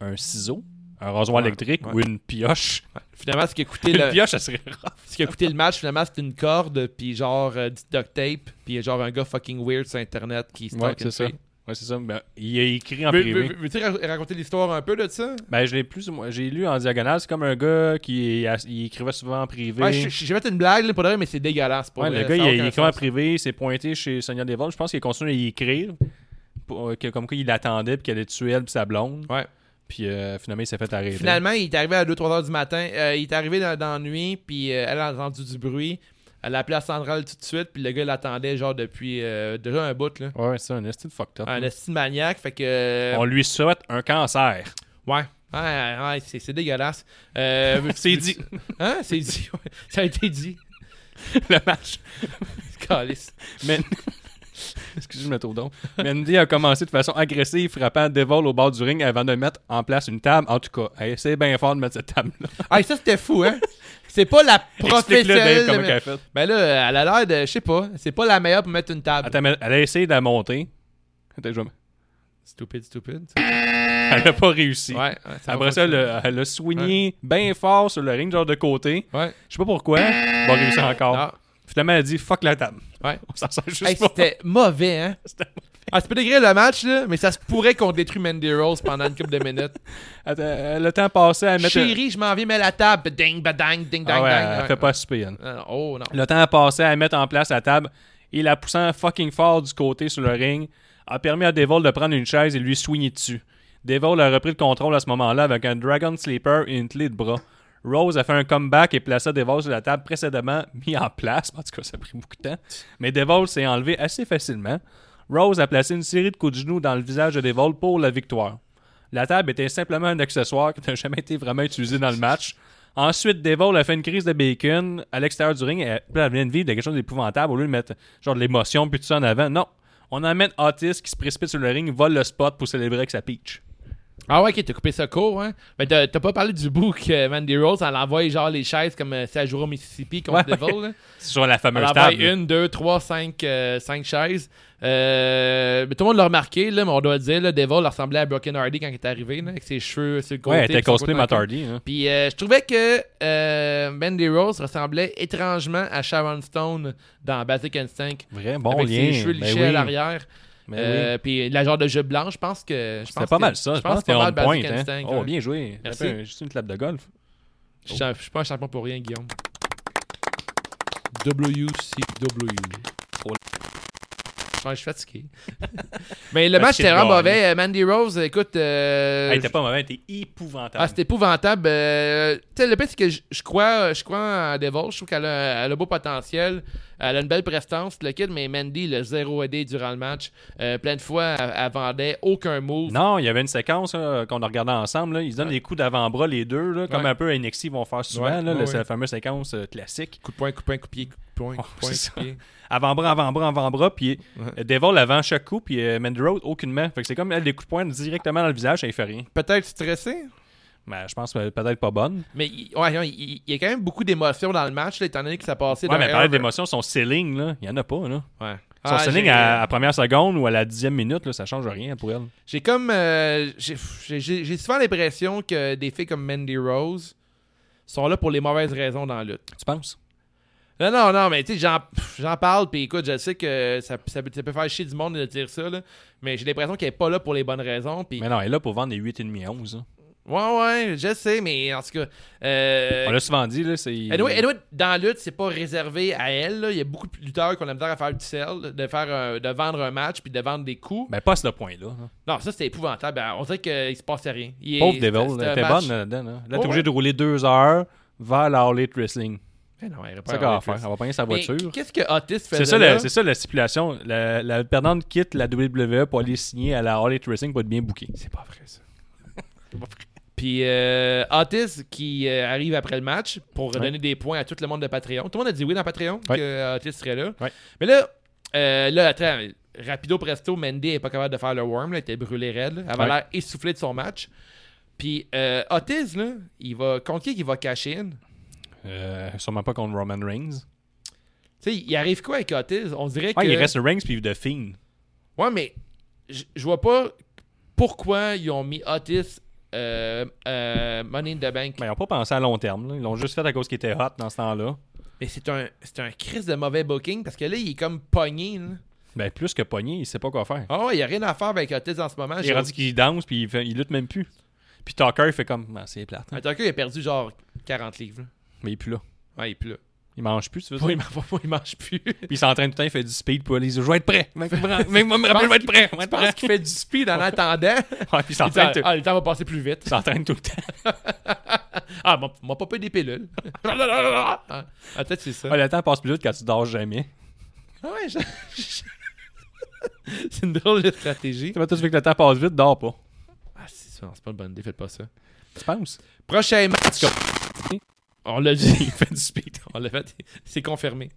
[SPEAKER 2] Un ciseau Un rasoir électrique Ou une pioche
[SPEAKER 1] finalement, ce qui a coûté
[SPEAKER 2] Une
[SPEAKER 1] le...
[SPEAKER 2] pioche, ça serait rare.
[SPEAKER 1] ce qui a coûté le match, finalement, c'était une corde, puis genre euh, du duct tape, puis genre un gars fucking weird sur Internet qui se
[SPEAKER 2] Ouais, c'est ça. Ouais, c'est ça. Ben, il a écrit en
[SPEAKER 1] Veux-
[SPEAKER 2] privé.
[SPEAKER 1] veux- Veux-tu ra- raconter l'histoire un peu de ça?
[SPEAKER 2] Ben, je l'ai plus ou moins- J'ai lu en diagonale. C'est comme un gars qui il écrivait souvent en privé.
[SPEAKER 1] Ouais, je- je- J'ai fait une blague, là, pour de vrai, mais c'est dégueulasse. Pour
[SPEAKER 2] Ouais,
[SPEAKER 1] vrai,
[SPEAKER 2] le
[SPEAKER 1] ça
[SPEAKER 2] gars, il
[SPEAKER 1] a
[SPEAKER 2] a
[SPEAKER 1] aucun
[SPEAKER 2] écrit en
[SPEAKER 1] sens.
[SPEAKER 2] privé. Il s'est pointé chez Sonia Devol. Je pense qu'il a continué à y écrire. pour- euh, que- comme quoi, il l'attendait, puis qu'elle allait tuer elle, puis sa blonde.
[SPEAKER 1] Ouais.
[SPEAKER 2] Puis euh, finalement, il s'est fait arrêter.
[SPEAKER 1] Finalement, il est arrivé à 2-3 heures du matin. Euh, il est arrivé dans, dans la nuit, puis euh, elle a entendu du bruit. Elle a appelé la centrale tout de suite, puis le gars l'attendait genre depuis euh, déjà un bout. Là.
[SPEAKER 2] Ouais, c'est un esti de fucked up.
[SPEAKER 1] Un
[SPEAKER 2] là.
[SPEAKER 1] estime maniaque, fait que.
[SPEAKER 2] Ah.
[SPEAKER 1] euh,
[SPEAKER 2] On lui souhaite un cancer.
[SPEAKER 1] Ouais. Ouais, ouais, ouais, c'est c'est dégueulasse. Euh, veux-
[SPEAKER 2] C'est dit.
[SPEAKER 1] Hein? C'est dit. ouais. Ça a été dit.
[SPEAKER 2] le match.
[SPEAKER 1] Calice.
[SPEAKER 2] Mais... Excusez, je me trouve donc. Mandy a commencé de façon agressive, frappant Devol au bord du ring avant de mettre en place une table. En tout cas, elle essaie bien fort de mettre cette table-là.
[SPEAKER 1] Ah, ça, c'était fou, hein? C'est pas la
[SPEAKER 2] Explique-le,
[SPEAKER 1] professionnelle.
[SPEAKER 2] Dave, comment
[SPEAKER 1] mais-
[SPEAKER 2] elle a fait.
[SPEAKER 1] Ben là, elle a l'air de. Je sais pas. C'est pas la meilleure pour mettre une table.
[SPEAKER 2] Attends, mais elle a essayé de la monter. Attends, je vais-
[SPEAKER 1] Stupide, stupide.
[SPEAKER 2] Elle n'a pas réussi.
[SPEAKER 1] Ouais, ouais, ça va
[SPEAKER 2] Après ça, elle a, elle a swingé bien fort sur le ring, genre de côté.
[SPEAKER 1] Ouais.
[SPEAKER 2] Je sais pas pourquoi. Elle va réussir encore.
[SPEAKER 1] Ah,
[SPEAKER 2] Finalement, elle a dit fuck la table.
[SPEAKER 1] ouais.
[SPEAKER 2] On s'en sort juste
[SPEAKER 1] Hey,
[SPEAKER 2] pas.
[SPEAKER 1] c'était mauvais, hein?
[SPEAKER 2] C'était
[SPEAKER 1] Ah, c'est pas degré le match, là, mais ça se pourrait qu'on détruit Mandy Rose pendant une couple de minutes.
[SPEAKER 2] Attends, euh, le temps passait à mettre.
[SPEAKER 1] Chérie, je m'en viens, mais la table. Ding, badang, ding,
[SPEAKER 2] Ah
[SPEAKER 1] dang,
[SPEAKER 2] ouais,
[SPEAKER 1] dang.
[SPEAKER 2] elle
[SPEAKER 1] Ouais.
[SPEAKER 2] fait pas super. elle.
[SPEAKER 1] Ah, non, Oh, non.
[SPEAKER 2] Le temps a passé à mettre en place la table et la poussant fucking fort du côté sur le ring a permis à Devol de prendre une chaise et lui soigner dessus. Devol a repris le contrôle à ce moment-là avec un Dragon Sleeper et une clé de bras. Rose a fait un comeback et plaça Devol sur la table précédemment mis en place. En tout cas, ça a pris beaucoup de temps. Mais Devol s'est enlevé assez facilement. Rose a placé une série de coups de genoux dans le visage de Devol pour la victoire. La table était simplement un accessoire qui n'a jamais été vraiment utilisé dans le match. Ensuite, Devol a fait une crise de bacon à l'extérieur du ring. et Elle, elle vient de vivre de quelque chose d'épouvantable. Au lieu de mettre genre de l'émotion puis tout ça en avant, non. On emmène Otis qui se précipite sur le ring, vole le spot pour célébrer avec sa peach.
[SPEAKER 1] Ah ouais, ok, t'as coupé ça court, hein? Mais t'as t'as pas parlé du bout que Mandy Rose, elle envoie genre les chaises comme euh, si elle jouait au Mississippi contre
[SPEAKER 2] Ouais,
[SPEAKER 1] Devil, là.
[SPEAKER 2] C'est sur la
[SPEAKER 1] Elle
[SPEAKER 2] fameuse
[SPEAKER 1] envoie
[SPEAKER 2] table.
[SPEAKER 1] une, deux, trois, cinq, euh, cinq chaises. Euh, mais tout le monde l'a remarqué, là, mais on doit dire, là, Devil ressemblait à Broken Hardy quand il est arrivé, là, avec ses cheveux sur le côté.
[SPEAKER 2] Ouais, elle était
[SPEAKER 1] puis son
[SPEAKER 2] cosplay
[SPEAKER 1] côté
[SPEAKER 2] Matt
[SPEAKER 1] en-
[SPEAKER 2] Hardy, hein.
[SPEAKER 1] Puis euh, je trouvais que euh, Mandy Rose ressemblait étrangement à Sharon Stone dans Basic Instinct.
[SPEAKER 2] Vrai, bon
[SPEAKER 1] avec
[SPEAKER 2] lien.
[SPEAKER 1] ses cheveux
[SPEAKER 2] Ben
[SPEAKER 1] lichés à
[SPEAKER 2] oui.
[SPEAKER 1] l'arrière.
[SPEAKER 2] Ben
[SPEAKER 1] Euh, Puis la genre de jeu blanc, je pense que. je
[SPEAKER 2] C'était
[SPEAKER 1] pense
[SPEAKER 2] pas
[SPEAKER 1] que-
[SPEAKER 2] mal ça. Je pense que
[SPEAKER 1] pas
[SPEAKER 2] c'était on
[SPEAKER 1] mal
[SPEAKER 2] point.
[SPEAKER 1] Basic
[SPEAKER 2] hein.
[SPEAKER 1] Instinct,
[SPEAKER 2] Oh,
[SPEAKER 1] ouais.
[SPEAKER 2] bien joué.
[SPEAKER 1] Merci.
[SPEAKER 2] Tapez un- Juste une clap de golf.
[SPEAKER 1] Je suis un- je suis pas un champion pour rien, Guillaume. WCW.
[SPEAKER 2] Oh.
[SPEAKER 1] Ouais, je suis fatigué. Mais le match
[SPEAKER 2] Fatigué
[SPEAKER 1] était
[SPEAKER 2] de
[SPEAKER 1] vraiment
[SPEAKER 2] gagner.
[SPEAKER 1] mauvais. Euh, Mandy Rose, écoute. euh,
[SPEAKER 2] Elle était pas mauvaise, elle était épouvantable.
[SPEAKER 1] ah, c'était épouvantable. Euh, tu sais, le pire, c'est que je je crois, je crois en Devil. Je trouve qu'elle a, elle a beau potentiel. Elle a une belle prestance, le kid, mais Mandy, le 0 aidé durant le match, euh, plein de fois, elle, elle vendait aucun move.
[SPEAKER 2] Non, il y avait une séquence là, qu'on a regardée ensemble. là. Ils se donnent
[SPEAKER 1] Ouais.
[SPEAKER 2] des coups d'avant-bras, les deux, là, comme
[SPEAKER 1] Ouais.
[SPEAKER 2] un peu NXT vont faire souvent.
[SPEAKER 1] Ouais,
[SPEAKER 2] là,
[SPEAKER 1] ouais,
[SPEAKER 2] le- C'est
[SPEAKER 1] ouais.
[SPEAKER 2] la fameuse séquence euh, classique.
[SPEAKER 1] Coup de poing, coup de poing, coup de pied, coup de poing, coup de
[SPEAKER 2] Oh,
[SPEAKER 1] poing,
[SPEAKER 2] c'est
[SPEAKER 1] coup de pied.
[SPEAKER 2] Avant-bras, avant-bras, avant-bras. Puis
[SPEAKER 1] Ouais.
[SPEAKER 2] euh, Devil avant chaque coup, puis euh, Mandy Rose, aucunement. Fait que c'est comme elle, des coups de poing directement dans le visage, elle fait rien.
[SPEAKER 1] Peut-être stressé,
[SPEAKER 2] Ben, je pense euh, peut-être pas bonne.
[SPEAKER 1] mais il, ouais, non, il- il- il y a quand même beaucoup d'émotions dans le match, là, étant donné que ça passait
[SPEAKER 2] Ouais,
[SPEAKER 1] d'un
[SPEAKER 2] mais parler
[SPEAKER 1] over-
[SPEAKER 2] d'émotion, son ceiling, là, il y en a pas, là.
[SPEAKER 1] Ouais.
[SPEAKER 2] Son
[SPEAKER 1] Ah,
[SPEAKER 2] ceiling
[SPEAKER 1] j'ai-
[SPEAKER 2] à, la première seconde ou à la dixième minute, là, ça change rien pour elle.
[SPEAKER 1] J'ai comme. euh, j'ai- j'ai j'ai souvent l'impression que des filles comme Mandy Rose sont là pour les mauvaises raisons dans la lutte.
[SPEAKER 2] Tu penses?
[SPEAKER 1] Non, non, non, mais tu sais, j'en- pff, j'en parle, puis écoute, je sais que ça, ça, peut- ça peut faire chier du monde de dire ça, là, mais j'ai l'impression qu'elle est pas là pour les bonnes raisons. Puis,
[SPEAKER 2] Mais non, elle est là pour vendre des 8,5 à 11. là.
[SPEAKER 1] Ouais, ouais, je sais, mais en tout cas. Euh,
[SPEAKER 2] On l'a souvent dit, là, c'est.
[SPEAKER 1] Anyway, anyway, dans la lutte, c'est pas réservé à elle. là. Il y a beaucoup de lutteurs qu'on a misère à faire du sell, de, faire, un- de vendre un match puis de vendre des coups.
[SPEAKER 2] Ben, pas à ce point-là. là.
[SPEAKER 1] Non, ça c'était épouvantable. Ben, On dirait qu'il se passait rien. Il est-
[SPEAKER 2] Pauvre
[SPEAKER 1] c'était-
[SPEAKER 2] Devil,
[SPEAKER 1] c'était un
[SPEAKER 2] là, elle était
[SPEAKER 1] match-
[SPEAKER 2] bonne là-dedans. Là, là
[SPEAKER 1] Ouais,
[SPEAKER 2] t'es obligé
[SPEAKER 1] ouais.
[SPEAKER 2] de rouler deux heures vers la All Elite Wrestling.
[SPEAKER 1] Mais Ben non, elle aurait pas
[SPEAKER 2] C'est ça qu'elle va
[SPEAKER 1] enlevé
[SPEAKER 2] faire.
[SPEAKER 1] plus.
[SPEAKER 2] Elle va pogner sa
[SPEAKER 1] Mais
[SPEAKER 2] voiture.
[SPEAKER 1] Qu'est-ce que Otis faisait
[SPEAKER 2] C'est ça,
[SPEAKER 1] là?
[SPEAKER 2] la, c'est ça la stipulation. La, la perdante quitte la WWE pour aller signer à la All Elite Wrestling pour être bien bookée.
[SPEAKER 1] C'est pas vrai, ça. Puis euh, Otis qui euh, arrive après le match pour donner des points à tout le monde de Patreon. Tout le monde a dit oui dans Patreon
[SPEAKER 2] Ouais.
[SPEAKER 1] que euh, Otis serait là.
[SPEAKER 2] Ouais.
[SPEAKER 1] Mais là, euh, là, attends, rapido presto, Mendy est pas capable de faire le worm. Là, il était brûlé raide. là. Elle avait
[SPEAKER 2] Ouais.
[SPEAKER 1] l'air essoufflée de son match. Puis euh, Otis, là, il va, contre qui il va cacher in?
[SPEAKER 2] Euh, sûrement pas contre Roman Reigns.
[SPEAKER 1] Tu sais, il arrive quoi avec Otis? On dirait
[SPEAKER 2] Ah,
[SPEAKER 1] que...
[SPEAKER 2] il reste Reigns puis The Fiend.
[SPEAKER 1] Ouais, mais je je vois pas pourquoi ils ont mis Otis euh, euh, Money in the Bank.
[SPEAKER 2] Ben, ils n'ont pas pensé à long terme. là. Ils l'ont juste fait à cause qu'il était hot dans ce temps-là.
[SPEAKER 1] Mais c'est un, c'est un crise de mauvais booking parce que là, il est comme pogné. là.
[SPEAKER 2] Ben, plus que pogné, il sait pas quoi faire.
[SPEAKER 1] Ah ouais, il n'y a rien à faire avec Otis en ce moment.
[SPEAKER 2] il est rendu qu'il danse puis il, fait- il lutte même plus. Puis Tucker, il fait comme. Ah, c'est plate. hein.
[SPEAKER 1] Attends il a perdu genre 40 livres. là.
[SPEAKER 2] Mais il est plus là.
[SPEAKER 1] Ouais, il est plus là.
[SPEAKER 2] Il mange plus, tu veux dire.
[SPEAKER 1] Moi, il m'en- moi, il mange plus. Je
[SPEAKER 2] Puis il s'entraîne tout le temps, il fait du speed pour aller. Je vais être prêt. Mec, me ra- mec, moi, me rappelle, je vais être prêt. Je vais être
[SPEAKER 1] pense
[SPEAKER 2] prêt.
[SPEAKER 1] qu'il fait du speed en attendant.
[SPEAKER 2] Ouais, puis il
[SPEAKER 1] Il dit,
[SPEAKER 2] s'entraîne tout-
[SPEAKER 1] ah, le temps va passer plus
[SPEAKER 2] il
[SPEAKER 1] vite.
[SPEAKER 2] s'entraîne tout le temps.
[SPEAKER 1] Ah, m'a- m'a pas peu des pilules. ah, peut-être c'est ça.
[SPEAKER 2] Ouais, le temps passe plus vite quand tu dors jamais.
[SPEAKER 1] Ah ouais, je- je- c'est une drôle de stratégie.
[SPEAKER 2] Tu vas tous que le temps passe vite, dors pas.
[SPEAKER 1] Ah, c'est ça, c'est pas une bonne idée, faites pas ça.
[SPEAKER 2] Tu penses?
[SPEAKER 1] Prochain match. On l'a dit.
[SPEAKER 2] Il fait du speed.
[SPEAKER 1] On l'a fait. C'est confirmé.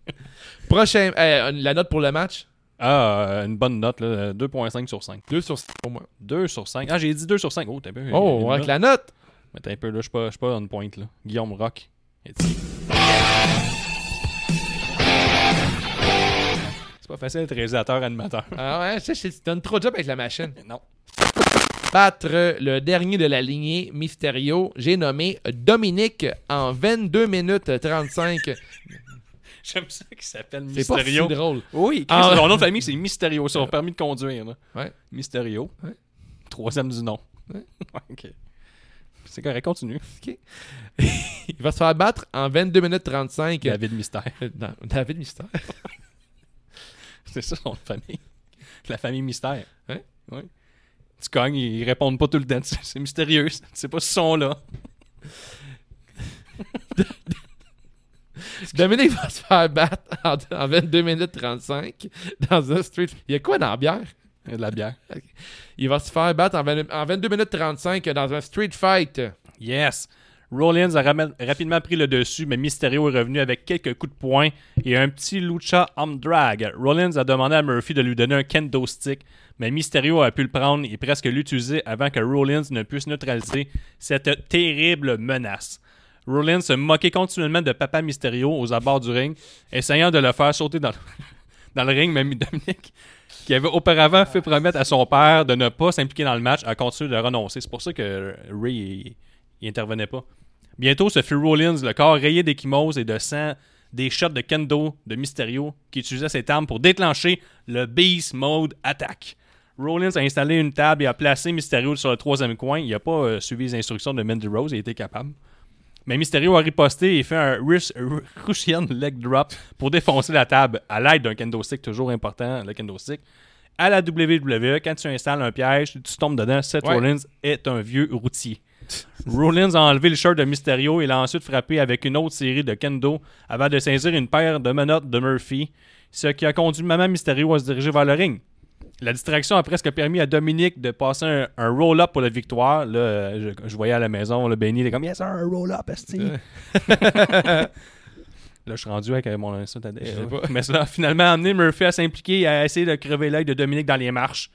[SPEAKER 1] Prochain. euh, la note pour le match
[SPEAKER 2] Ah, euh, une bonne note, là. 2.5 sur 5.
[SPEAKER 1] 2 sur 5 pour moi.
[SPEAKER 2] 2 sur 5. Ah, j'ai dit 2 sur 5. Oh, t'as un peu. il y a
[SPEAKER 1] Oh,
[SPEAKER 2] une
[SPEAKER 1] avec
[SPEAKER 2] note.
[SPEAKER 1] la note.
[SPEAKER 2] Mais t'as un peu, là, je suis pas, je suis pas on point, là. Guillaume Rock. est- C'est pas facile d'être réalisateur, animateur.
[SPEAKER 1] Ah ouais, je sais, je sais, tu donnes trop de job avec la machine.
[SPEAKER 2] Non.
[SPEAKER 1] Battre le dernier de la lignée Mysterio, j'ai nommé Dominique en 22 minutes 35.
[SPEAKER 2] J'aime ça qu'il s'appelle
[SPEAKER 1] C'est pas si
[SPEAKER 2] Mysterio.
[SPEAKER 1] drôle.
[SPEAKER 2] oui,
[SPEAKER 1] Ah.
[SPEAKER 2] Chris, son nom de famille, c'est Mysterio. Son permis de conduire, là.
[SPEAKER 1] Ouais.
[SPEAKER 2] Mysterio.
[SPEAKER 1] Ouais.
[SPEAKER 2] Troisième du nom.
[SPEAKER 1] Ouais.
[SPEAKER 2] ok. C'est correct, continue.
[SPEAKER 1] Il va se faire battre en 22 minutes 35.
[SPEAKER 2] David Mystère.
[SPEAKER 1] Euh, non, David Mystère.
[SPEAKER 2] C'est ça, son nom de famille. La famille Mystère.
[SPEAKER 1] Ouais.
[SPEAKER 2] Ouais. Tu cognes, ils répondent pas tout le temps. C'est mystérieux. Tu sais pas ce son-là.
[SPEAKER 1] Dominique va se faire battre en, en 22 minutes 35 dans un street. Il y a quoi dans la bière?
[SPEAKER 2] Il y a de la bière.
[SPEAKER 1] Il va se faire battre en, 20 en 22 minutes 35 dans un street fight.
[SPEAKER 2] Yes. Rollins a rama- rapidement pris le dessus, mais Mysterio est revenu avec quelques coups de poing et un petit lucha arm drag. Rollins a demandé à Murphy de lui donner un kendo stick, mais Mysterio a pu le prendre et presque l'utiliser avant que Rollins ne puisse neutraliser cette terrible menace. Rollins se moquait continuellement de Papa Mysterio aux abords du ring, essayant de le faire sauter dans le, dans le ring, même Dominique, qui avait auparavant fait promettre à son père de ne pas s'impliquer dans le match, a continué de renoncer. C'est pour ça que Ray il- il intervenait pas. Bientôt, ce fut Rollins, le corps rayé d'échymose et de sang, des shots de kendo de Mysterio, qui utilisait cette arme pour déclencher le Beast Mode Attack. Rollins a installé une table et a placé Mysterio sur le troisième coin. Il n'a pas euh, suivi les instructions de Mandy Rose, il était capable. Mais Mysterio a riposté et fait un Rus- Ru- Russian leg drop pour défoncer la table à l'aide d'un kendo stick, toujours important, le kendo stick. E. À la WWE, quand tu installes un piège, tu tombes dedans. Seth
[SPEAKER 1] Ouais.
[SPEAKER 2] Rollins est un vieux routier. Rollins a enlevé le shirt de Mysterio et l'a ensuite frappé avec une autre série de kendo avant de saisir une paire de menottes de Murphy, ce qui a conduit Maman Mysterio à se diriger vers le ring. La distraction a presque permis à Dominique de passer un, un roll-up pour la victoire. Là, euh, je, je voyais à la maison, le Benny il est comme Yes, sir, un roll-up, esti. Là, je suis rendu avec euh, mon instinct. à- euh,
[SPEAKER 1] pas.
[SPEAKER 2] Mais ça a finalement amené Murphy à s'impliquer et à essayer de crever l'œil de Dominique dans les marches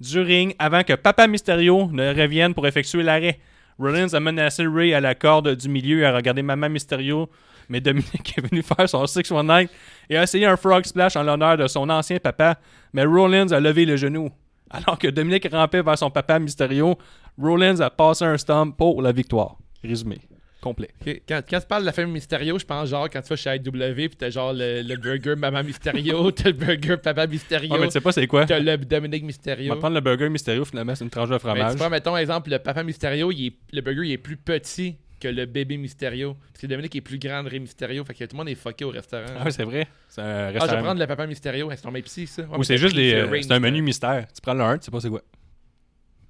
[SPEAKER 2] du ring avant que Papa Mysterio ne revienne pour effectuer l'arrêt. Rollins a menacé Ray à la corde du milieu et a regardé Maman Mysterio, mais Dominique est venu faire son 619 et a essayé un frog splash en l'honneur de son ancien papa, mais Rollins a levé le genou. Alors que Dominique rampait vers son papa Mysterio, Rollins a passé un stomp pour la victoire. Résumé. Complet.
[SPEAKER 1] Ok, Quand, quand tu parles de la famille Mysterio, je pense genre quand tu vas chez IW pis t'as genre le, le burger Maman Mysterio, t'as le burger Papa Mysterio,
[SPEAKER 2] Ouais, Ah, mais tu sais pas c'est quoi?
[SPEAKER 1] t'as le Dominique
[SPEAKER 2] On
[SPEAKER 1] Mysterio.
[SPEAKER 2] va prendre le burger mystérieux, finalement, c'est une tranche de
[SPEAKER 1] Mais
[SPEAKER 2] fromage.
[SPEAKER 1] tu prends, mettons, exemple, le Papa Mysterio, il est- le burger il est plus petit que le bébé Mysterio. Parce que Dominique est plus grand de Rey Mysterio, fait que tout le monde est fucké au restaurant.
[SPEAKER 2] Ah, oui, c'est vrai. C'est un
[SPEAKER 1] Ah, je vais
[SPEAKER 2] restaurant.
[SPEAKER 1] prendre le Papa Mysterio. Est-ce qu'on met psy, ça? Ouais,
[SPEAKER 2] Ou
[SPEAKER 1] mais
[SPEAKER 2] c'est
[SPEAKER 1] t'as
[SPEAKER 2] juste
[SPEAKER 1] pris,
[SPEAKER 2] les.
[SPEAKER 1] c'est
[SPEAKER 2] euh,
[SPEAKER 1] Rey
[SPEAKER 2] C'est un menu
[SPEAKER 1] Mysterio.
[SPEAKER 2] mystère. Tu prends le 1, tu sais pas c'est quoi.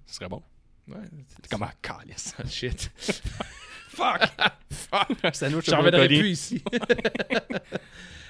[SPEAKER 2] Ce serait bon.
[SPEAKER 1] Ouais,
[SPEAKER 2] C'est comme un calice.
[SPEAKER 1] c'est- Shit.
[SPEAKER 2] Fuck! Fuck! Un sandwich
[SPEAKER 1] J'en
[SPEAKER 2] au
[SPEAKER 1] reviendrai
[SPEAKER 2] brocoli.
[SPEAKER 1] plus ici.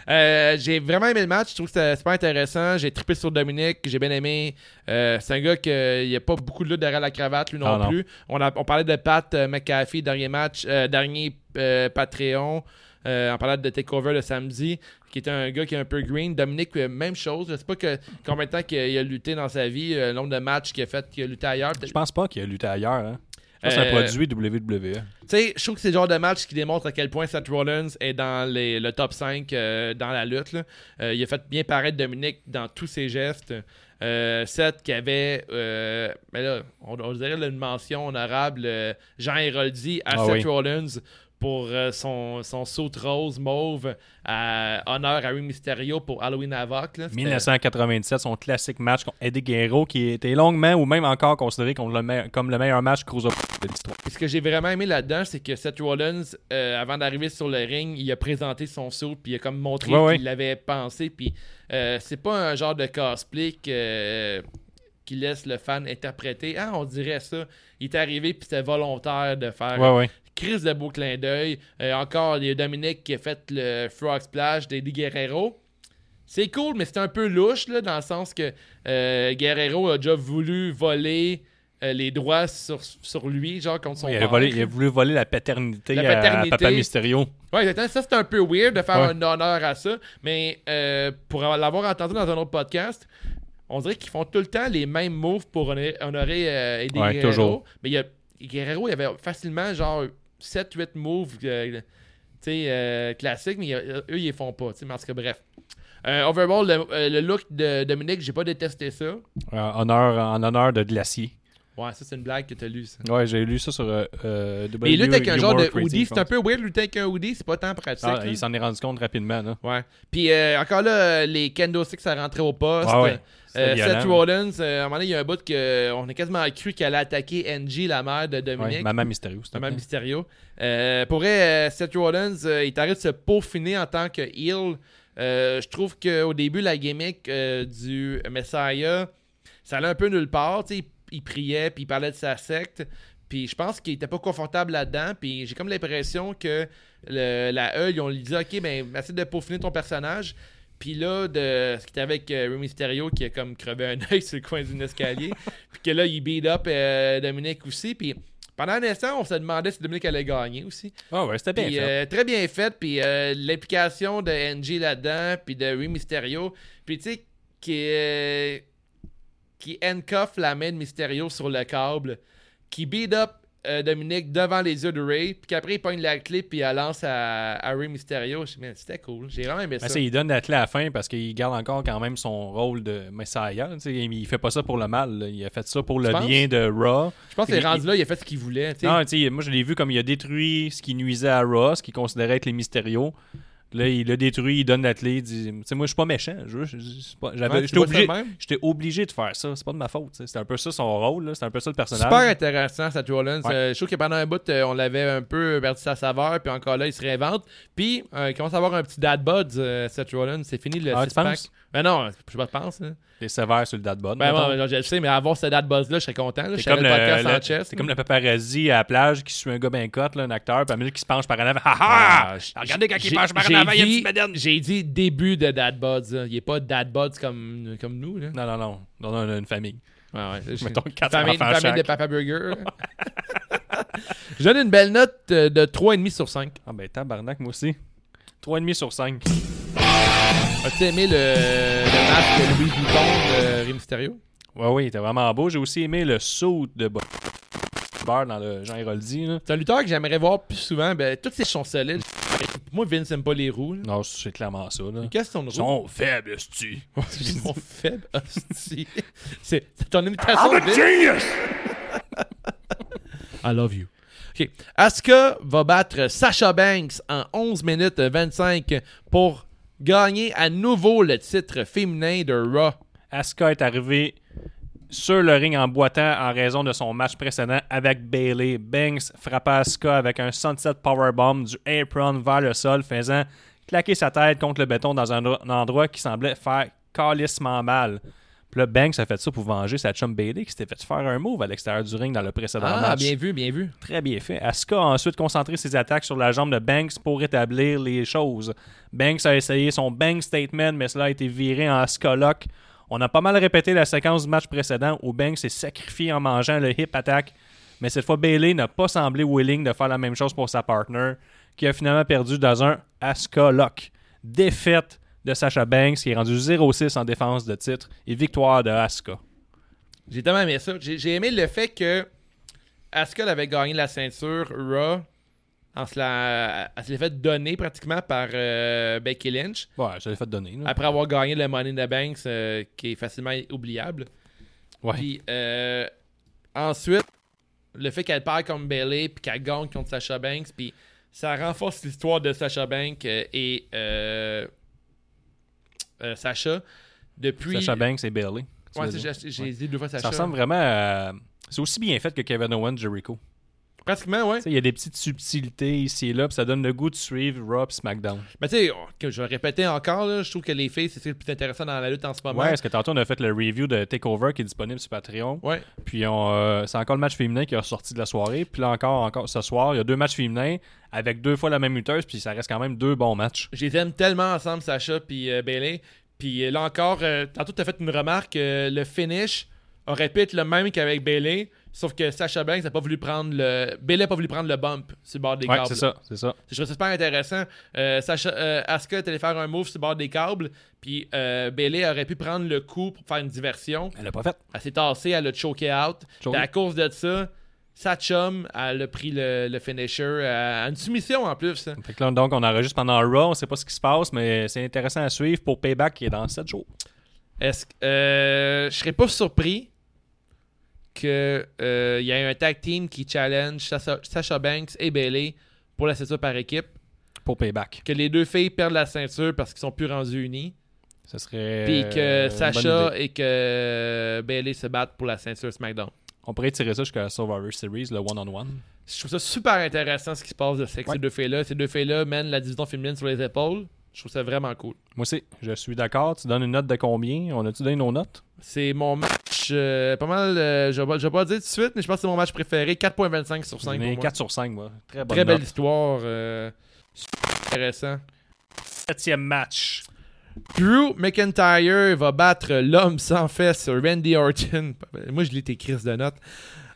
[SPEAKER 1] Euh, j'ai vraiment aimé le match, je trouve que c'était super intéressant. J'ai trippé sur Dominique, j'ai bien aimé. Euh, c'est un gars qui n'y a pas beaucoup de lutte derrière la cravate, lui non,
[SPEAKER 2] Ah, non.
[SPEAKER 1] plus. On, a- on parlait de Pat euh, McAfee, dernier match, euh, dernier euh, Patreon, euh, en parlant de Takeover le samedi, qui était un gars qui est un peu green. Dominique, euh, même chose. Je sais pas que, combien de temps qu'il a- il a lutté dans sa vie, euh, le nombre de matchs qu'il a fait, qu'il a lutté ailleurs.
[SPEAKER 2] Je pense pas qu'il a lutté ailleurs. Hein. Je pense que
[SPEAKER 1] Euh,
[SPEAKER 2] c'est un produit E. WWE.
[SPEAKER 1] Tu sais, je trouve que c'est le genre de match qui démontre à quel point Seth Rollins est dans les- le top 5 euh, dans la lutte. là. Euh, il a fait bien paraître Dominique dans tous ses gestes. Euh, Seth qui avait, euh, ben là, on, on dirait là, une mention honorable, euh, Jean Héroldi à
[SPEAKER 2] Ah
[SPEAKER 1] Seth
[SPEAKER 2] oui.
[SPEAKER 1] Rollins pour euh, son, son saut de rose mauve à honneur à Rey Mysterio pour Halloween Havoc. là. C'était-
[SPEAKER 2] 1997, son classique match contre Eddie Guerrero, qui était longuement ou même encore considéré comme le, me- comme le meilleur match cruiserweight de l'histoire.
[SPEAKER 1] Puis ce que j'ai vraiment aimé là-dedans, c'est que Seth Rollins, euh, avant d'arriver sur le ring, il a présenté son saut, puis il a comme montré
[SPEAKER 2] Ouais, ouais.
[SPEAKER 1] qu'il l'avait pensé. Puis euh, c'est pas un genre de cosplay que, euh, qui laisse le fan interpréter. Ah, on dirait ça. Il est arrivé, puis c'était volontaire de faire
[SPEAKER 2] Ouais, ouais.
[SPEAKER 1] crise de beau clin d'œil. Euh, encore, il y a Dominique qui a fait le Frog Splash d'Eddie Guerrero. C'est cool, mais c'est un peu louche, là, dans le sens que euh, Guerrero a déjà voulu voler euh, les droits sur, sur lui, genre contre son
[SPEAKER 2] Il, a
[SPEAKER 1] père.
[SPEAKER 2] volé- il a voulu voler la paternité,
[SPEAKER 1] La
[SPEAKER 2] à-
[SPEAKER 1] paternité.
[SPEAKER 2] à Papa Mysterio.
[SPEAKER 1] Ouais, exactement. Ça, c'est un peu weird de faire
[SPEAKER 2] Ouais.
[SPEAKER 1] un honneur à ça, mais euh, pour l'avoir entendu dans un autre podcast, on dirait qu'ils font tout le temps les mêmes moves pour honorer, honorer euh, Eddie
[SPEAKER 2] Ouais,
[SPEAKER 1] Guerrero.
[SPEAKER 2] toujours.
[SPEAKER 1] Mais il y a, Guerrero, il y avait facilement genre 7-8 moves euh, tu sais, euh, classiques, mais il y a- eux, ils les font pas. tu sais, Mais en tout cas, bref. Euh, overall, le, euh, le look de Dominique, j'ai pas détesté ça.
[SPEAKER 2] Euh, honneur, en honneur de Glacier.
[SPEAKER 1] Ouais, ça, c'est une blague que t'as lu ça.
[SPEAKER 2] Ouais, j'ai lu ça sur euh, euh,
[SPEAKER 1] Mais il lutte avec un
[SPEAKER 2] W
[SPEAKER 1] genre de
[SPEAKER 2] Humor Crazy,
[SPEAKER 1] hoodie.
[SPEAKER 2] je
[SPEAKER 1] C'est un
[SPEAKER 2] pense.
[SPEAKER 1] peu weird lutter avec un hoodie, c'est pas tant pratique.
[SPEAKER 2] Ah,
[SPEAKER 1] là.
[SPEAKER 2] il s'en est rendu compte rapidement. Là.
[SPEAKER 1] Ouais. Puis euh, encore là, euh, les Kendo Six, ça rentrait au poste.
[SPEAKER 2] Ah ouais.
[SPEAKER 1] Euh,
[SPEAKER 2] C'était
[SPEAKER 1] Seth
[SPEAKER 2] violent.
[SPEAKER 1] Rollins, euh, à un moment donné, il y a un bout que euh, on a quasiment cru qu'elle allait attaquer Angie, la mère de
[SPEAKER 2] Ouais,
[SPEAKER 1] Dominique.
[SPEAKER 2] Maman Mysterio, c'était
[SPEAKER 1] Maman
[SPEAKER 2] bien.
[SPEAKER 1] Mysterio. Euh, pour vrai, euh, Seth Rollins, euh, il t'arrête de se peaufiner en tant que heel. Euh, je trouve qu'au début, la gimmick euh, du Messiah, ça allait un peu nulle part. tu sais. il, il priait, puis il parlait de sa secte. Puis je pense qu'il était pas confortable là-dedans. Puis j'ai comme l'impression que le- la E, ils ont lui dit Ok, ben, essaie de peaufiner ton personnage. Puis là, de, ce qui était avec euh, Rey Mysterio qui a comme crevé un œil sur le coin d'une escalier. puis que là, il beat up euh, Dominique aussi. Puis pendant un instant, on se demandait si Dominique allait gagner aussi.
[SPEAKER 2] Ah ouais, c'était bien.
[SPEAKER 1] Puis,
[SPEAKER 2] fait.
[SPEAKER 1] euh, très bien fait. Puis euh, l'implication de NG là-dedans, puis de Rey Mysterio. Puis tu sais, qui, euh, qui handcuff la main de Mysterio sur le câble, qui beat up euh, Dominique devant les yeux de Ray, puis qu'après il pogne la clé, puis elle lance à, à Rey Mysterio. Je dis, Man, c'était cool. J'ai vraiment aimé ça.
[SPEAKER 2] Ben, c'est, il donne la clé à la fin parce qu'il garde encore quand même son rôle de Messiah. tu sais, Il fait pas ça pour le mal. là. Il a fait ça pour le
[SPEAKER 1] Tu penses?
[SPEAKER 2] bien de Raw.
[SPEAKER 1] Je pense que
[SPEAKER 2] il-
[SPEAKER 1] les rendus là, il a fait ce qu'il voulait. tu sais.
[SPEAKER 2] Non, tu sais, moi, je l'ai vu comme il a détruit ce qui nuisait à Raw, ce qu'il considérait être les mystérieux. Là, il le détruit, il donne l'athlète. Tu sais, moi, je suis pas méchant. Je veux- je- je- c'est pas- j'avais-
[SPEAKER 1] Ouais, tu
[SPEAKER 2] J'étais
[SPEAKER 1] vois ça
[SPEAKER 2] obligé,
[SPEAKER 1] de même?
[SPEAKER 2] j'étais obligé de faire ça. C'est pas de ma faute. tu sais. C'était un peu ça son rôle. là. C'était un peu ça le personnage.
[SPEAKER 1] Super intéressant, Seth Rollins.
[SPEAKER 2] Ouais.
[SPEAKER 1] Euh, je trouve que pendant un bout, euh, on l'avait un peu perdu sa saveur, puis encore là, il se réinvente. Puis, euh, il commence à avoir un petit dad bod, euh, Seth Rollins. C'est fini le
[SPEAKER 2] Ah, tu
[SPEAKER 1] six-pack.
[SPEAKER 2] penses?
[SPEAKER 1] Ben non, je pas pense. hein.
[SPEAKER 2] T'es sévère sur le date bonne.
[SPEAKER 1] Ben, bon, je le sais, mais avoir ce dad bod là je serais content. là. Je
[SPEAKER 2] C'est
[SPEAKER 1] savais
[SPEAKER 2] comme,
[SPEAKER 1] le
[SPEAKER 2] le,
[SPEAKER 1] podcast
[SPEAKER 2] le-
[SPEAKER 1] en chest.
[SPEAKER 2] c'est comme le paparazzi à la plage qui suit un gars ben cote, là, un acteur, puis à la minute qui se penche par en avant. Ha ha!
[SPEAKER 1] Ah, j-
[SPEAKER 2] Regardez quand il
[SPEAKER 1] j'ai-
[SPEAKER 2] penche par en
[SPEAKER 1] j'ai
[SPEAKER 2] avant, il y a une
[SPEAKER 1] dit-
[SPEAKER 2] petite bedaine.
[SPEAKER 1] J'ai dit début de dad bod là. Il n'est pas dad bod comme, comme nous. Là.
[SPEAKER 2] Non, non, non. Non, non, on a une famille.
[SPEAKER 1] Ouais, ouais.
[SPEAKER 2] Mettons quatre
[SPEAKER 1] famille,
[SPEAKER 2] enfants
[SPEAKER 1] famille
[SPEAKER 2] chaque.
[SPEAKER 1] de Papa Burger. Je donne une belle note euh, de 3,5 sur 5.
[SPEAKER 2] Ah ben tabarnak, moi aussi. 3,5 sur 5.
[SPEAKER 1] As-tu aimé le, le masque de Louis Vuitton de Rim Mysterio?
[SPEAKER 2] Ouais, oui, était vraiment beau. J'ai aussi aimé le saut de Bo- beurre dans le Jean Héroldi. là.
[SPEAKER 1] C'est un lutteur que j'aimerais voir plus souvent. Ben, toutes ses chansons solides. Moi, Vince n'aime pas les roues. là.
[SPEAKER 2] Non, c'est clairement ça. Là.
[SPEAKER 1] Qu'est-ce qu'on
[SPEAKER 2] Ils
[SPEAKER 1] roue?
[SPEAKER 2] sont faibles, stu.
[SPEAKER 1] Ils sont faibles, hostie. C'est c'est ton imitation.
[SPEAKER 2] Ah,
[SPEAKER 1] I'm genius! I love you. OK. Asuka va battre Sasha Banks en 11 minutes 25 pour gagner à nouveau le titre féminin de Raw.
[SPEAKER 2] Asuka est arrivée sur le ring en boitant en raison de son match précédent avec Bailey. Banks frappa Asuka avec un sunset powerbomb du apron vers le sol, faisant claquer sa tête contre le béton dans un, endro- un endroit qui semblait faire calissement mal. Puis là, Banks a fait ça pour venger sa chum Bailey qui s'était fait faire un move à l'extérieur du ring dans le précédent
[SPEAKER 1] Ah,
[SPEAKER 2] match.
[SPEAKER 1] bien vu, bien vu.
[SPEAKER 2] Très bien fait. Asuka a ensuite concentré ses attaques sur la jambe de Banks pour rétablir les choses. Banks a essayé son Bank Statement, mais cela a été viré en Asuka Lock. On a pas mal répété la séquence du match précédent où Banks s'est sacrifié en mangeant le hip attack, mais cette fois Bailey n'a pas semblé willing de faire la même chose pour sa partner, qui a finalement perdu dans un Asuka Lock. Défaite de Sasha Banks qui est rendu 0-6 en défense de titre et victoire de Asuka.
[SPEAKER 1] J'ai tellement aimé ça. J'ai j'ai aimé le fait que Asuka elle avait gagné la ceinture Raw en se la, elle se l'est fait donner pratiquement par euh, Becky Lynch.
[SPEAKER 2] Ouais, je l'ai fait donner. là.
[SPEAKER 1] après avoir gagné le Money in the Banks, euh, qui est facilement oubliable.
[SPEAKER 2] Ouais.
[SPEAKER 1] Puis euh, ensuite, le fait qu'elle perd comme Bailey puis qu'elle gagne contre Sasha Banks, puis ça renforce l'histoire de Sasha Banks euh, et euh, euh, Sasha depuis.
[SPEAKER 2] Sasha Banks et Bailey. Tu
[SPEAKER 1] Ouais,
[SPEAKER 2] l'as
[SPEAKER 1] c'est-
[SPEAKER 2] dit.
[SPEAKER 1] j'ai j'ai
[SPEAKER 2] Ouais.
[SPEAKER 1] dit deux fois Sasha.
[SPEAKER 2] Ça ressemble vraiment à. C'est aussi bien fait que Kevin Owens Jericho.
[SPEAKER 1] Pratiquement, ouais.
[SPEAKER 2] Tu sais, Il y a des petites subtilités ici et là, puis ça donne le goût de suivre Raw puis SmackDown.
[SPEAKER 1] Mais tu sais, oh, que je vais répéter encore, là, je trouve que les filles, c'est ce qui est le plus intéressant dans la lutte en ce moment.
[SPEAKER 2] Ouais, parce que tantôt on a fait le review de Takeover qui est disponible sur Patreon.
[SPEAKER 1] Ouais.
[SPEAKER 2] Puis on, euh, c'est encore le match féminin qui est ressorti de la soirée. Puis là encore, encore ce soir, il y a deux matchs féminins avec deux fois la même lutteuse, puis ça reste quand même deux bons matchs.
[SPEAKER 1] Je les aime tellement ensemble, Sacha puis euh, Bailey. Puis euh, là encore, euh, tantôt, tu as fait une remarque. euh, le finish aurait pu être le même qu'avec Bailey, sauf que Sacha Banks n'a pas voulu prendre le. Bailey n'a pas voulu prendre le bump sur le bord des
[SPEAKER 2] Ouais,
[SPEAKER 1] câbles.
[SPEAKER 2] c'est ça, c'est ça.
[SPEAKER 1] Je trouve ça super intéressant. Euh, Sacha, euh, Asuka est allée faire un move sur le bord des câbles, puis euh, Bailey aurait pu prendre le coup pour faire une diversion.
[SPEAKER 2] Elle l'a pas fait.
[SPEAKER 1] Elle s'est tassée, elle a choqué out.
[SPEAKER 2] Choqué.
[SPEAKER 1] Puis à cause de ça, sa chum, elle a pris le, le finisher euh, à une soumission en plus. hein.
[SPEAKER 2] Fait que là, donc on enregistre pendant Raw, on sait pas ce qui se passe, mais c'est intéressant à suivre pour Payback qui est dans 7 jours.
[SPEAKER 1] Est-ce que euh, je serais pas surpris que euh, il y ait un tag team qui challenge Sasha, Sasha Banks et Bailey pour la ceinture par équipe,
[SPEAKER 2] Pour Payback.
[SPEAKER 1] que les deux filles perdent la ceinture parce qu'ils sont plus rendus unis,
[SPEAKER 2] Ce serait.
[SPEAKER 1] puis
[SPEAKER 2] euh,
[SPEAKER 1] que
[SPEAKER 2] une bonne idée.
[SPEAKER 1] Sasha et que Bailey se battent pour la ceinture SmackDown.
[SPEAKER 2] On pourrait tirer ça jusqu'à Survivor Series, le one-on-one.
[SPEAKER 1] Je trouve ça super intéressant ce qui se passe de avec
[SPEAKER 2] Ouais.
[SPEAKER 1] ces deux filles là. Ces deux filles là mènent la division féminine sur les épaules. Je trouve ça vraiment cool.
[SPEAKER 2] Moi aussi, je suis d'accord. Tu donnes une note de combien On a-tu donné nos notes
[SPEAKER 1] C'est mon match euh, pas mal. euh, je, vais, pas- je vais pas le dire tout de suite, mais je pense que c'est mon match préféré. 4.25 sur 5
[SPEAKER 2] On
[SPEAKER 1] pour
[SPEAKER 2] est
[SPEAKER 1] moi.
[SPEAKER 2] 4 sur 5, moi. Très bonne
[SPEAKER 1] Très belle
[SPEAKER 2] note.
[SPEAKER 1] histoire. euh, super intéressant.
[SPEAKER 2] Septième match.
[SPEAKER 1] Drew McIntyre va battre l'homme sans fesses, Randy Orton. Moi, je l'ai écrit de notes.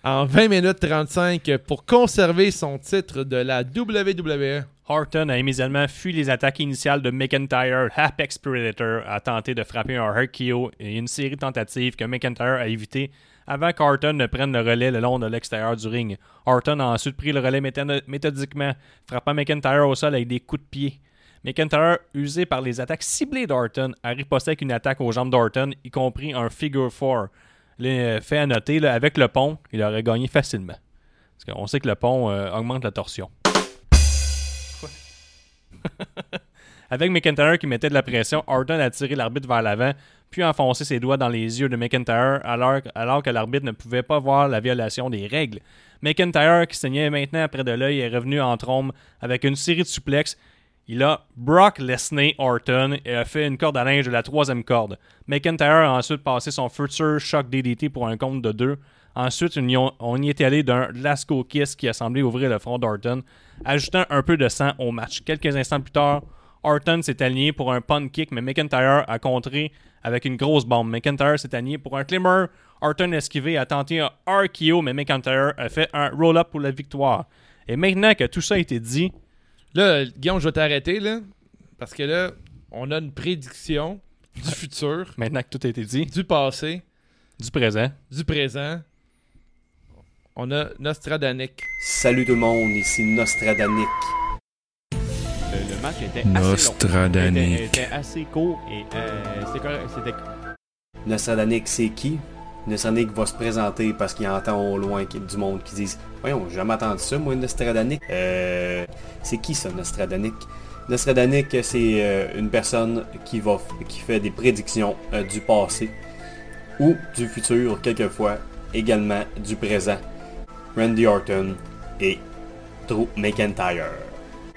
[SPEAKER 1] En 20 minutes 35 pour conserver son titre de la E. WWE.
[SPEAKER 2] Horton a immédiatement fui les attaques initiales de McIntyre. Apex Predator a tenté de frapper un Herkio et une série de tentatives que McIntyre a évitées avant qu'Horton ne prenne le relais le long de l'extérieur du ring. Horton a ensuite pris le relais méthode- méthodiquement, frappant McIntyre au sol avec des coups de pied. McIntyre, usé par les attaques ciblées d'Horton, a riposté avec une attaque aux jambes d'Horton, y compris un figure four. Le fait à noter, là, avec le pont, il aurait gagné facilement. Parce qu'on sait que le pont euh, augmente la torsion. Avec McIntyre qui mettait de la pression, Orton a tiré l'arbitre vers l'avant, puis a enfoncé ses doigts dans les yeux de McIntyre alors, alors que l'arbitre ne pouvait pas voir la violation des règles. McIntyre, qui saignait maintenant près de l'œil, est revenu en trombe avec une série de suplexes. Il a Brock Lesnar Orton et a fait une corde à linge de la troisième corde. McIntyre a ensuite passé son futur choc DDT pour un compte de deux. Ensuite, on y, on- on y est allé d'un Lasco Kiss qui a semblé ouvrir le front d'Orton, ajoutant un peu de sang au match. Quelques instants plus tard, Orton s'est aligné pour un pun kick, mais McIntyre a contré avec une grosse bombe. McIntyre s'est aligné pour un climber. Orton a esquivé, a tenté un RKO, mais McIntyre a fait un roll-up pour la victoire. Et maintenant que tout ça a été dit,
[SPEAKER 1] Là, Guillaume, je vais t'arrêter, là. Parce que là, on a une prédiction du futur,
[SPEAKER 2] maintenant que tout a été dit,
[SPEAKER 1] du passé,
[SPEAKER 2] du présent,
[SPEAKER 1] du présent. On a Nostradanic.
[SPEAKER 5] Salut tout le monde, ici Nostradanic.
[SPEAKER 6] Le, le match était assez long.
[SPEAKER 1] Nostradanique.
[SPEAKER 6] Était, était assez court et euh, c'était correct- c'était
[SPEAKER 5] Nostradanic, c'est qui? Nostradanic va se présenter parce qu'il entend au loin qu'il y a du monde qui disent Voyons, j'ai jamais entendu ça, moi, Nostradanic. Euh. C'est qui ça, Nostradanic? Nostradanic, c'est euh, une personne qui, va, f- qui fait des prédictions euh, du passé ou du futur, quelquefois, également du présent. Randy Orton et Drew McIntyre.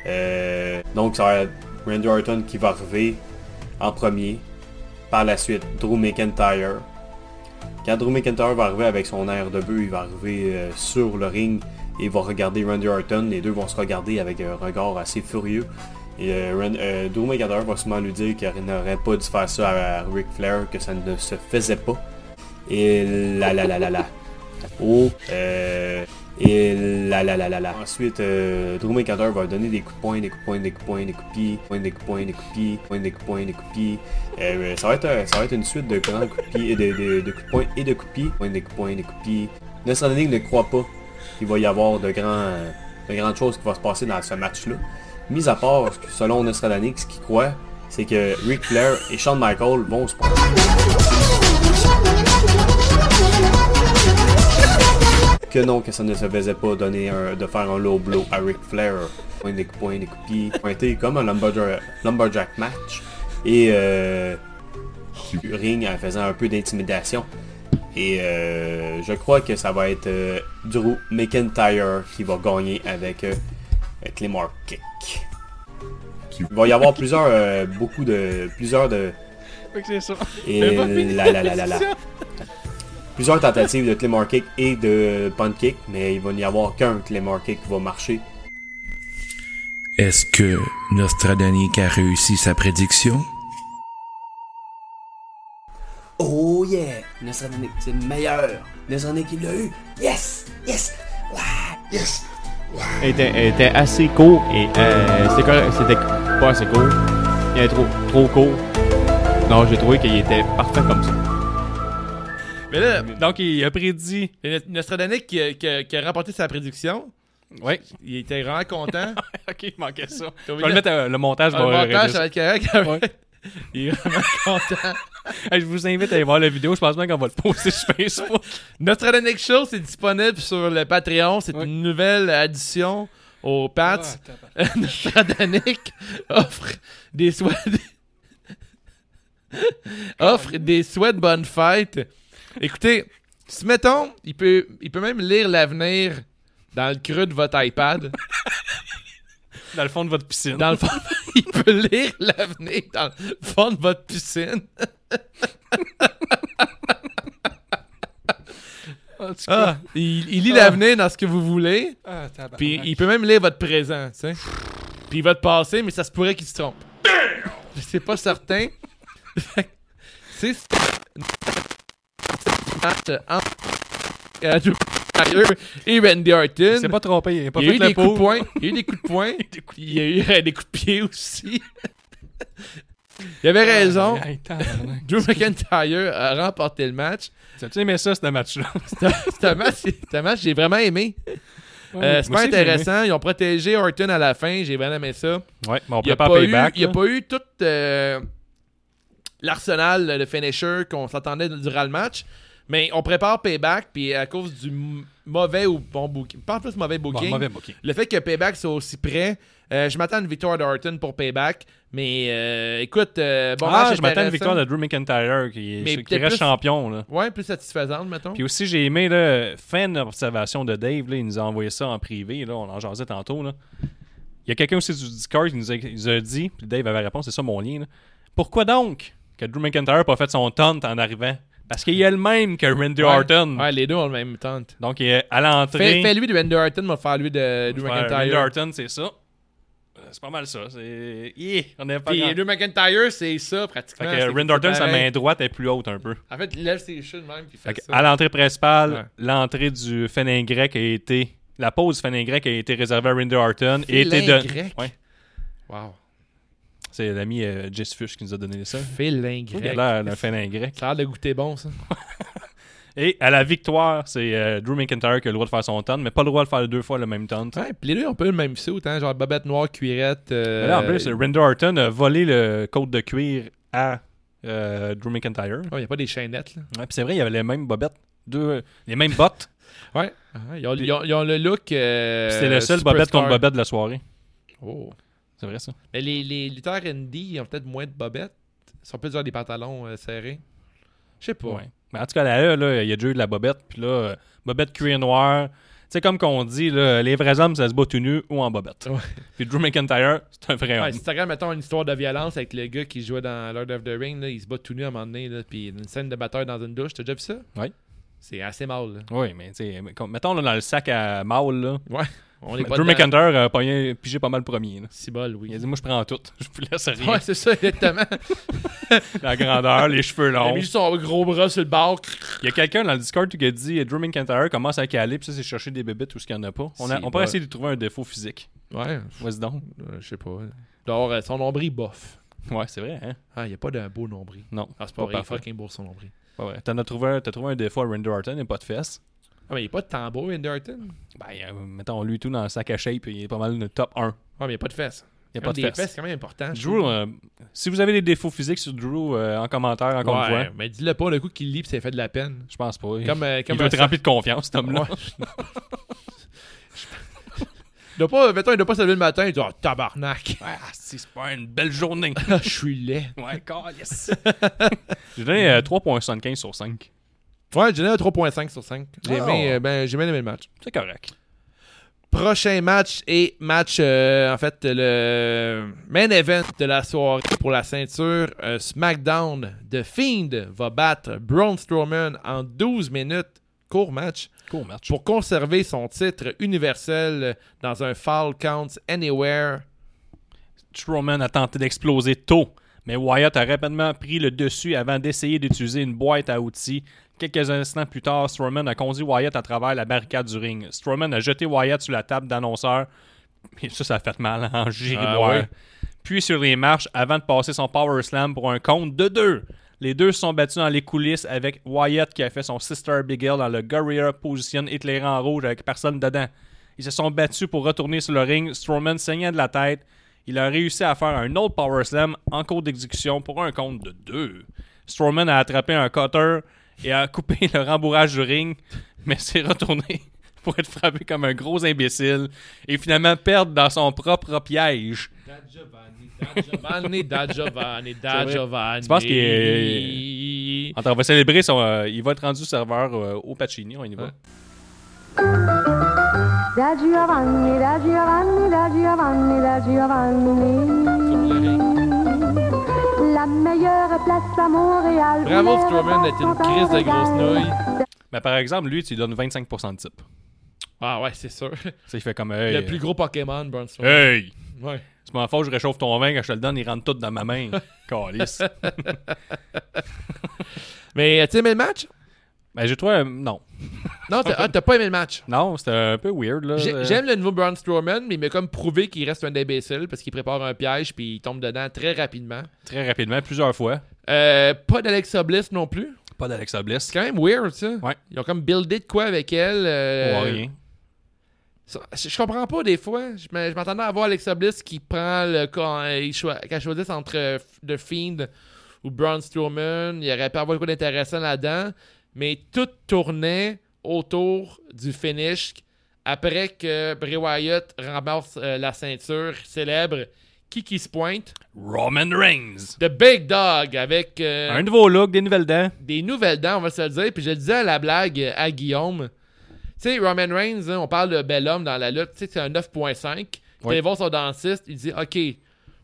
[SPEAKER 5] Euh, donc, ça va être Randy Orton qui va arriver en premier. Par la suite, Drew McIntyre. Quand Drew McIntyre va arriver avec son air de bœuf, il va arriver euh, sur le ring et va regarder Randy Orton. Les deux vont se regarder avec un regard assez furieux. Et, euh, Ren- euh, Drew McIntyre va sûrement lui dire qu'il n'aurait pas dû faire ça à, à Ric Flair, que ça ne se faisait pas. Et là là là là là. Oh, euh, et là là là là là. Ensuite, euh, Drew McIntyre va donner des coups de poing, des coups de poing, des coups de poing, des coups de pied, poing, des coups de poing, des coups de pied, poing, des coups de poing, des coups de pied. Euh, ça, va être, un- ça va être une suite de grands coups de pied, et de, de- de coups de poing et de coups de pied, poing, des coups de poing, des coups de pied. Nostradanic ne croit pas qu'il va y avoir de, grands, de grandes choses qui vont se passer dans ce match-là. Mis à part, ce que, selon Nostradanic, ce qu'il croit, c'est que Ric Flair et Shawn Michaels vont se passer. que non, que ça ne se faisait pas donner un- de faire un low blow à Ric Flair. Point des coups, point des coups, puis pointé comme un lumberjack, lumberjack match. Et euh, ring en faisant un peu d'intimidation. Et euh, je crois que ça va être euh, Drew McIntyre qui va gagner avec euh, un Claymore Kick. Il va y avoir plusieurs, euh, beaucoup de, plusieurs de... Et la la la la la plusieurs tentatives de Claymore Kick et de Punt Kick, mais il va n'y avoir qu'un Claymore Kick qui va marcher.
[SPEAKER 7] Est-ce que Nostradanique a réussi sa prédiction?
[SPEAKER 5] Oh yeah! Nostradanic, c'est le meilleur! Nostradanic, il l'a eu! Yes! Yes! Ouais! Yes!
[SPEAKER 6] était, était assez court et euh, c'était correct- c'était pas assez court. Il était trop, trop court. Non, j'ai trouvé qu'il était parfait comme ça.
[SPEAKER 1] Mais là,
[SPEAKER 2] donc il a prédit.
[SPEAKER 1] le Nostradanic qui, a- qui a- qui a remporté sa prédiction,
[SPEAKER 2] Ouais,
[SPEAKER 1] il était vraiment content.
[SPEAKER 2] ok, il manquait ça. Je vais le mettre à- le montage.
[SPEAKER 1] Ah,
[SPEAKER 2] je vais
[SPEAKER 1] le montage,
[SPEAKER 2] arrêter
[SPEAKER 1] ça
[SPEAKER 2] ça.
[SPEAKER 1] va être correct. Il est vraiment content.
[SPEAKER 2] Hey, je vous invite à aller voir la vidéo. Je pense même qu'on va le poster sur Facebook.
[SPEAKER 1] Nostradanic Show, c'est disponible sur le Patreon. C'est
[SPEAKER 2] Ouais.
[SPEAKER 1] une nouvelle addition aux Pats. Nostradanic offre des souhaits. offre des souhaits de bonne fête. Écoutez, si mettons, il peut, il peut même lire l'avenir dans le creux de votre iPad.
[SPEAKER 2] Dans le fond de votre piscine.
[SPEAKER 1] Dans le fond, il peut lire l'avenir dans le fond de votre piscine.
[SPEAKER 2] En tout cas. Ah,
[SPEAKER 1] Ah, il, il lit l'avenir dans ce que vous voulez. Puis il peut même lire votre présent, tu sais. Puis votre passé, mais ça se pourrait qu'il se trompe. C'est pas certain. Fait que, c'est ce- match entre euh, Drew McIntyre et Randy Orton.
[SPEAKER 2] Il s'est pas trompé. Il a pas
[SPEAKER 1] Il y a
[SPEAKER 2] fait
[SPEAKER 1] eu
[SPEAKER 2] le
[SPEAKER 1] des coups de
[SPEAKER 2] pot.
[SPEAKER 1] poing. Il y a eu des coups de poing. Il y a eu euh, des coups de pied aussi. Il avait raison.
[SPEAKER 2] Ah, Hey, tabarnak.
[SPEAKER 1] Drew McIntyre a remporté le match.
[SPEAKER 2] T'as-tu aimé ça, ce match-là?
[SPEAKER 1] C'est un match, c'est un match que j'ai vraiment aimé. Euh, c'est
[SPEAKER 2] Moi
[SPEAKER 1] pas
[SPEAKER 2] aussi, j'ai aimé.
[SPEAKER 1] intéressant. Ils ont protégé Orton à la fin. J'ai bien aimé ça.
[SPEAKER 2] Ouais, mais on
[SPEAKER 1] Il n'y a,
[SPEAKER 2] prépare
[SPEAKER 1] pas eu-
[SPEAKER 2] Payback.
[SPEAKER 1] il y a
[SPEAKER 2] là.
[SPEAKER 1] pas eu tout euh, l'arsenal de finisher qu'on s'attendait durant le match. Mais on prépare Payback, puis à cause du m- mauvais ou bon booking, pas plus mauvais
[SPEAKER 2] Bon,
[SPEAKER 1] booking,
[SPEAKER 2] mauvais booking.
[SPEAKER 1] le fait que Payback soit aussi près, euh, je m'attends à une victoire d'Orton pour Payback, Mais euh, écoute, euh, bon
[SPEAKER 2] ah,
[SPEAKER 1] match
[SPEAKER 2] je m'attends à une
[SPEAKER 1] intéressant.
[SPEAKER 2] victoire de Drew McIntyre qui, est-
[SPEAKER 1] Mais
[SPEAKER 2] qui
[SPEAKER 1] peut-être
[SPEAKER 2] reste
[SPEAKER 1] plus-
[SPEAKER 2] champion. Là.
[SPEAKER 1] Ouais, plus satisfaisante, mettons.
[SPEAKER 2] Puis aussi, j'ai aimé, là, fin observation de Dave, là, il nous a envoyé ça en privé, là, on en jasait tantôt. Là. Il y a quelqu'un aussi du Discord qui nous a, il nous a dit, puis Dave avait la réponse, c'est ça mon lien. là. Pourquoi donc que Drew McIntyre n'a pas fait son taunt en arrivant Parce qu'il est le même que Randy
[SPEAKER 1] Ouais.
[SPEAKER 2] Orton.
[SPEAKER 1] Ouais, les deux ont le même tente.
[SPEAKER 2] Donc, il est à
[SPEAKER 1] Fais,
[SPEAKER 2] l'entrée.
[SPEAKER 1] fais lui de Randy Orton, m'a faire lui de Drew
[SPEAKER 2] Ouais, Randy
[SPEAKER 1] McIntyre.
[SPEAKER 2] Orton, c'est ça. Euh, C'est pas mal ça. C'est... Hi, on est pas grand-
[SPEAKER 1] Puis Drew McIntyre, c'est ça
[SPEAKER 2] Fait
[SPEAKER 1] pratiquement.
[SPEAKER 2] que
[SPEAKER 1] C'est-
[SPEAKER 2] Randy
[SPEAKER 1] c'est
[SPEAKER 2] Orton, sa
[SPEAKER 1] pareil.
[SPEAKER 2] main droite est plus haute un peu.
[SPEAKER 1] En fait, il lève ses cheveux de même puis
[SPEAKER 2] Fait
[SPEAKER 1] fait
[SPEAKER 2] que
[SPEAKER 1] ça.
[SPEAKER 2] à l'entrée principale,
[SPEAKER 1] Ouais.
[SPEAKER 2] l'entrée du Fénin grec a été. La pause Fénin grec a été réservée à Randy Orton. et était
[SPEAKER 1] Félin
[SPEAKER 2] don-
[SPEAKER 1] grec?
[SPEAKER 2] Ouais.
[SPEAKER 1] Wow.
[SPEAKER 2] C'est l'ami euh, Jess Fush qui nous a donné ça.
[SPEAKER 1] Félin
[SPEAKER 2] Il a
[SPEAKER 1] grec.
[SPEAKER 2] l'air d'un Fénin grec.
[SPEAKER 1] Ça a l'air de goûter bon, ça.
[SPEAKER 2] Et à la victoire, c'est euh, Drew McIntyre qui a le droit de faire son taunt, mais pas le droit de faire deux fois le même taunt.
[SPEAKER 1] Ouais, puis les deux ont pas eu le même saut, hein, genre babette noire, cuirette. euh,
[SPEAKER 2] Mais Là, en plus, Randy Orton a volé le code de cuir à euh, Drew McIntyre.
[SPEAKER 1] Ouais, oh, y a pas des chaînettes, là.
[SPEAKER 2] Ouais, puis c'est vrai, il y avait les mêmes bobettes, deux, les mêmes bottes.
[SPEAKER 1] Ouais. Ah, ils, ont, ils ont- ils ont le look. euh,
[SPEAKER 2] Puis c'était le seul
[SPEAKER 1] superstar.
[SPEAKER 2] bobette contre bobette de la soirée.
[SPEAKER 1] Oh.
[SPEAKER 2] C'est vrai ça.
[SPEAKER 1] Mais les, les lutteurs indie, ils ont peut-être moins de bobettes. Ils sont plus genre des pantalons euh, serrés. Je sais pas.
[SPEAKER 2] Ouais. Mais en tout cas, là, là, il y a déjà eu de la bobette. Puis là, euh, bobette cuir noir. Tu sais, comme qu'on dit, là, les vrais hommes, ça se bat tout nu ou en bobette.
[SPEAKER 1] Ouais.
[SPEAKER 2] Puis Drew McIntyre, c'est un vrai
[SPEAKER 1] Ouais,
[SPEAKER 2] homme.
[SPEAKER 1] si tu regardes, mettons, une histoire de violence avec le gars qui jouait dans Lord of the Ring, là, il se bat tout nu à un moment donné, là, puis une scène de bataille dans une douche, t'as déjà vu ça?
[SPEAKER 2] Ouais.
[SPEAKER 1] C'est assez mal, là.
[SPEAKER 2] Oui, mais tu sais, comme- mettons là, dans le sac à Maul, là.
[SPEAKER 1] Ouais. On est pas
[SPEAKER 2] Drew
[SPEAKER 1] dedans.
[SPEAKER 2] McIntyre a pogné- pigé pas mal le premier. là.
[SPEAKER 1] C'est bol, oui.
[SPEAKER 2] Il a dit, moi, je prends tout. Je vous laisse rien.
[SPEAKER 1] Ouais, c'est ça, exactement.
[SPEAKER 2] La grandeur, les cheveux
[SPEAKER 1] il a
[SPEAKER 2] longs.
[SPEAKER 1] mis son gros bras sur le bord.
[SPEAKER 2] Il y a quelqu'un dans le Discord qui a dit, Drew McIntyre commence à caler, puis ça, c'est chercher des bébites ou ce qu'il n'y en a pas. On, a-
[SPEAKER 1] C'est
[SPEAKER 2] on pourrait
[SPEAKER 1] bon.
[SPEAKER 2] essayer de trouver un défaut physique.
[SPEAKER 1] Ouais,
[SPEAKER 2] Vas-y donc.
[SPEAKER 1] euh, je sais pas. D'ailleurs, euh, son nombril bof.
[SPEAKER 2] Ouais, c'est vrai, hein?
[SPEAKER 1] Ah, il n'y a pas d'un beau nombril.
[SPEAKER 2] Non.
[SPEAKER 1] Ah, c'est pas, vrai, il est
[SPEAKER 2] parfait.
[SPEAKER 1] fucking beau son nombril.
[SPEAKER 2] Pas vrai. T'en as trouvé, un- t'as trouvé un défaut à Randy Orton et pas de fesses.
[SPEAKER 1] Ah, mais il n'y a pas de tambour, Enderton.
[SPEAKER 2] Ben, euh, mettons, lui tout dans le sac à shape, il est pas mal le top 1.
[SPEAKER 1] Ouais, Ah, mais il n'y a pas de fesses.
[SPEAKER 2] Il n'y a
[SPEAKER 1] Comme
[SPEAKER 2] pas de
[SPEAKER 1] des
[SPEAKER 2] fesses.
[SPEAKER 1] fesses, c'est quand même important. je
[SPEAKER 2] Drew,
[SPEAKER 1] trouve.
[SPEAKER 2] euh, si vous avez des défauts physiques sur Drew, euh, en commentaire, encore
[SPEAKER 1] ouais,
[SPEAKER 2] une fois,
[SPEAKER 1] mais dis-le pas le coup qu'il lit pis ça fait de la peine.
[SPEAKER 2] je pense pas. Il-
[SPEAKER 1] Comme, euh, comme
[SPEAKER 2] il doit
[SPEAKER 1] un
[SPEAKER 2] être rempli de confiance, cet homme-là.
[SPEAKER 1] Ouais. Il doit pas, mettons, il doit pas se lever le matin et dire oh, tabarnak, Ah,
[SPEAKER 2] Ah, si, c'est pas une belle journée.
[SPEAKER 1] je suis laid.
[SPEAKER 2] ouais, yes. J'ai donné euh, 3.75 sur 5.
[SPEAKER 1] Ouais, j'ai donné un 3.5 sur 5. J'ai
[SPEAKER 2] Oh.
[SPEAKER 1] aimé, euh, ben, j'ai bien aimé le match.
[SPEAKER 2] C'est correct.
[SPEAKER 1] Prochain match et match, euh, en fait, le main event de la soirée pour la ceinture euh, SmackDown. The Fiend va battre Braun Strowman en 12 minutes. Court match.
[SPEAKER 2] Court match.
[SPEAKER 1] pour conserver son titre universel dans un Fall Counts Anywhere.
[SPEAKER 2] Strowman a tenté d'exploser tôt, mais Wyatt a rapidement pris le dessus avant d'essayer d'utiliser une boîte à outils. Quelques instants plus tard, Strowman a conduit Wyatt à travers la barricade du ring. Strowman a jeté Wyatt sur la table d'annonceur. Et ça, ça a fait mal hein, en giriboire.
[SPEAKER 1] Ah oui.
[SPEAKER 2] Puis sur les marches, avant de passer son power slam pour un compte de deux. Les deux se sont battus dans les coulisses avec Wyatt qui a fait son Sister Abigail dans le Guerrilla Position éclairé en rouge avec personne dedans. Ils se sont battus pour retourner sur le ring, Strowman saignant de la tête. Il a réussi à faire un autre power slam en cours d'exécution pour un compte de deux. Strowman a attrapé un cutter et a coupé le rembourrage du ring, mais s'est retourné pour être frappé comme un gros imbécile et finalement perdre dans son propre piège.
[SPEAKER 1] Giovanni, da Giovanni, da
[SPEAKER 2] vrai.
[SPEAKER 1] Giovanni.
[SPEAKER 2] Tu penses qu'il est- Attends, on va célébrer son. euh, il va être rendu serveur euh, au Pacini, on y va.
[SPEAKER 1] Ouais.
[SPEAKER 8] Da Giovanni, da Giovanni, da Giovanni, da Giovanni. La meilleure place à Montréal.
[SPEAKER 1] Bravo, Strowman, d'être une crise de grosses nouilles.
[SPEAKER 2] Mais par exemple, lui, tu lui donnes 25% de type.
[SPEAKER 1] Ah ouais, c'est sûr.
[SPEAKER 2] Ça, il fait comme. Hey,
[SPEAKER 1] Le plus gros Pokémon, Braun
[SPEAKER 2] euh,
[SPEAKER 1] Strowman.
[SPEAKER 2] Hey!
[SPEAKER 1] Ouais.
[SPEAKER 2] C'est ma faute, je réchauffe ton vin, quand je te le donne, il rentre tout dans ma main. Calice.
[SPEAKER 1] Mais euh, t'as aimé le match?
[SPEAKER 2] Ben, j'ai trouvé. euh, non.
[SPEAKER 1] Non, t'as ah, t'as pas aimé le match.
[SPEAKER 2] Non, c'était un peu weird, là.
[SPEAKER 1] J'ai-
[SPEAKER 2] Euh,
[SPEAKER 1] J'aime le nouveau Braun Strowman, mais il m'a comme prouvé qu'il reste un imbécile parce qu'il prépare un piège puis il tombe dedans très rapidement.
[SPEAKER 2] Très rapidement, plusieurs fois.
[SPEAKER 1] Euh, pas d'Alexa Bliss non plus.
[SPEAKER 2] Pas d'Alexa Bliss.
[SPEAKER 1] C'est quand même weird, ça.
[SPEAKER 2] Ouais.
[SPEAKER 1] Ils ont comme buildé de quoi avec elle. euh,
[SPEAKER 2] Ouais, rien.
[SPEAKER 1] Ça- Je je comprends pas des fois. Je m'a- je m'attendais à voir Alexa Bliss qui prend le. Quand euh, il choi- qu'elle choisisse entre euh, F- The Fiend ou Braun Strowman, il aurait pu avoir quoi d'intéressant là-dedans. Mais tout tournait autour du finish après que Bray Wyatt ramasse euh, la ceinture célèbre Qui qui se pointe?
[SPEAKER 2] Roman Reigns.
[SPEAKER 1] The Big Dog avec euh,
[SPEAKER 2] Un nouveau look, des nouvelles dents.
[SPEAKER 1] des nouvelles dents, on va se le dire. Puis je le disais à la blague euh, à Guillaume. Tu sais, Roman Reigns, hein, on parle de bel homme dans la lutte. Tu sais, c'est un 9.5. Tu vas voir son dentiste, il dit OK,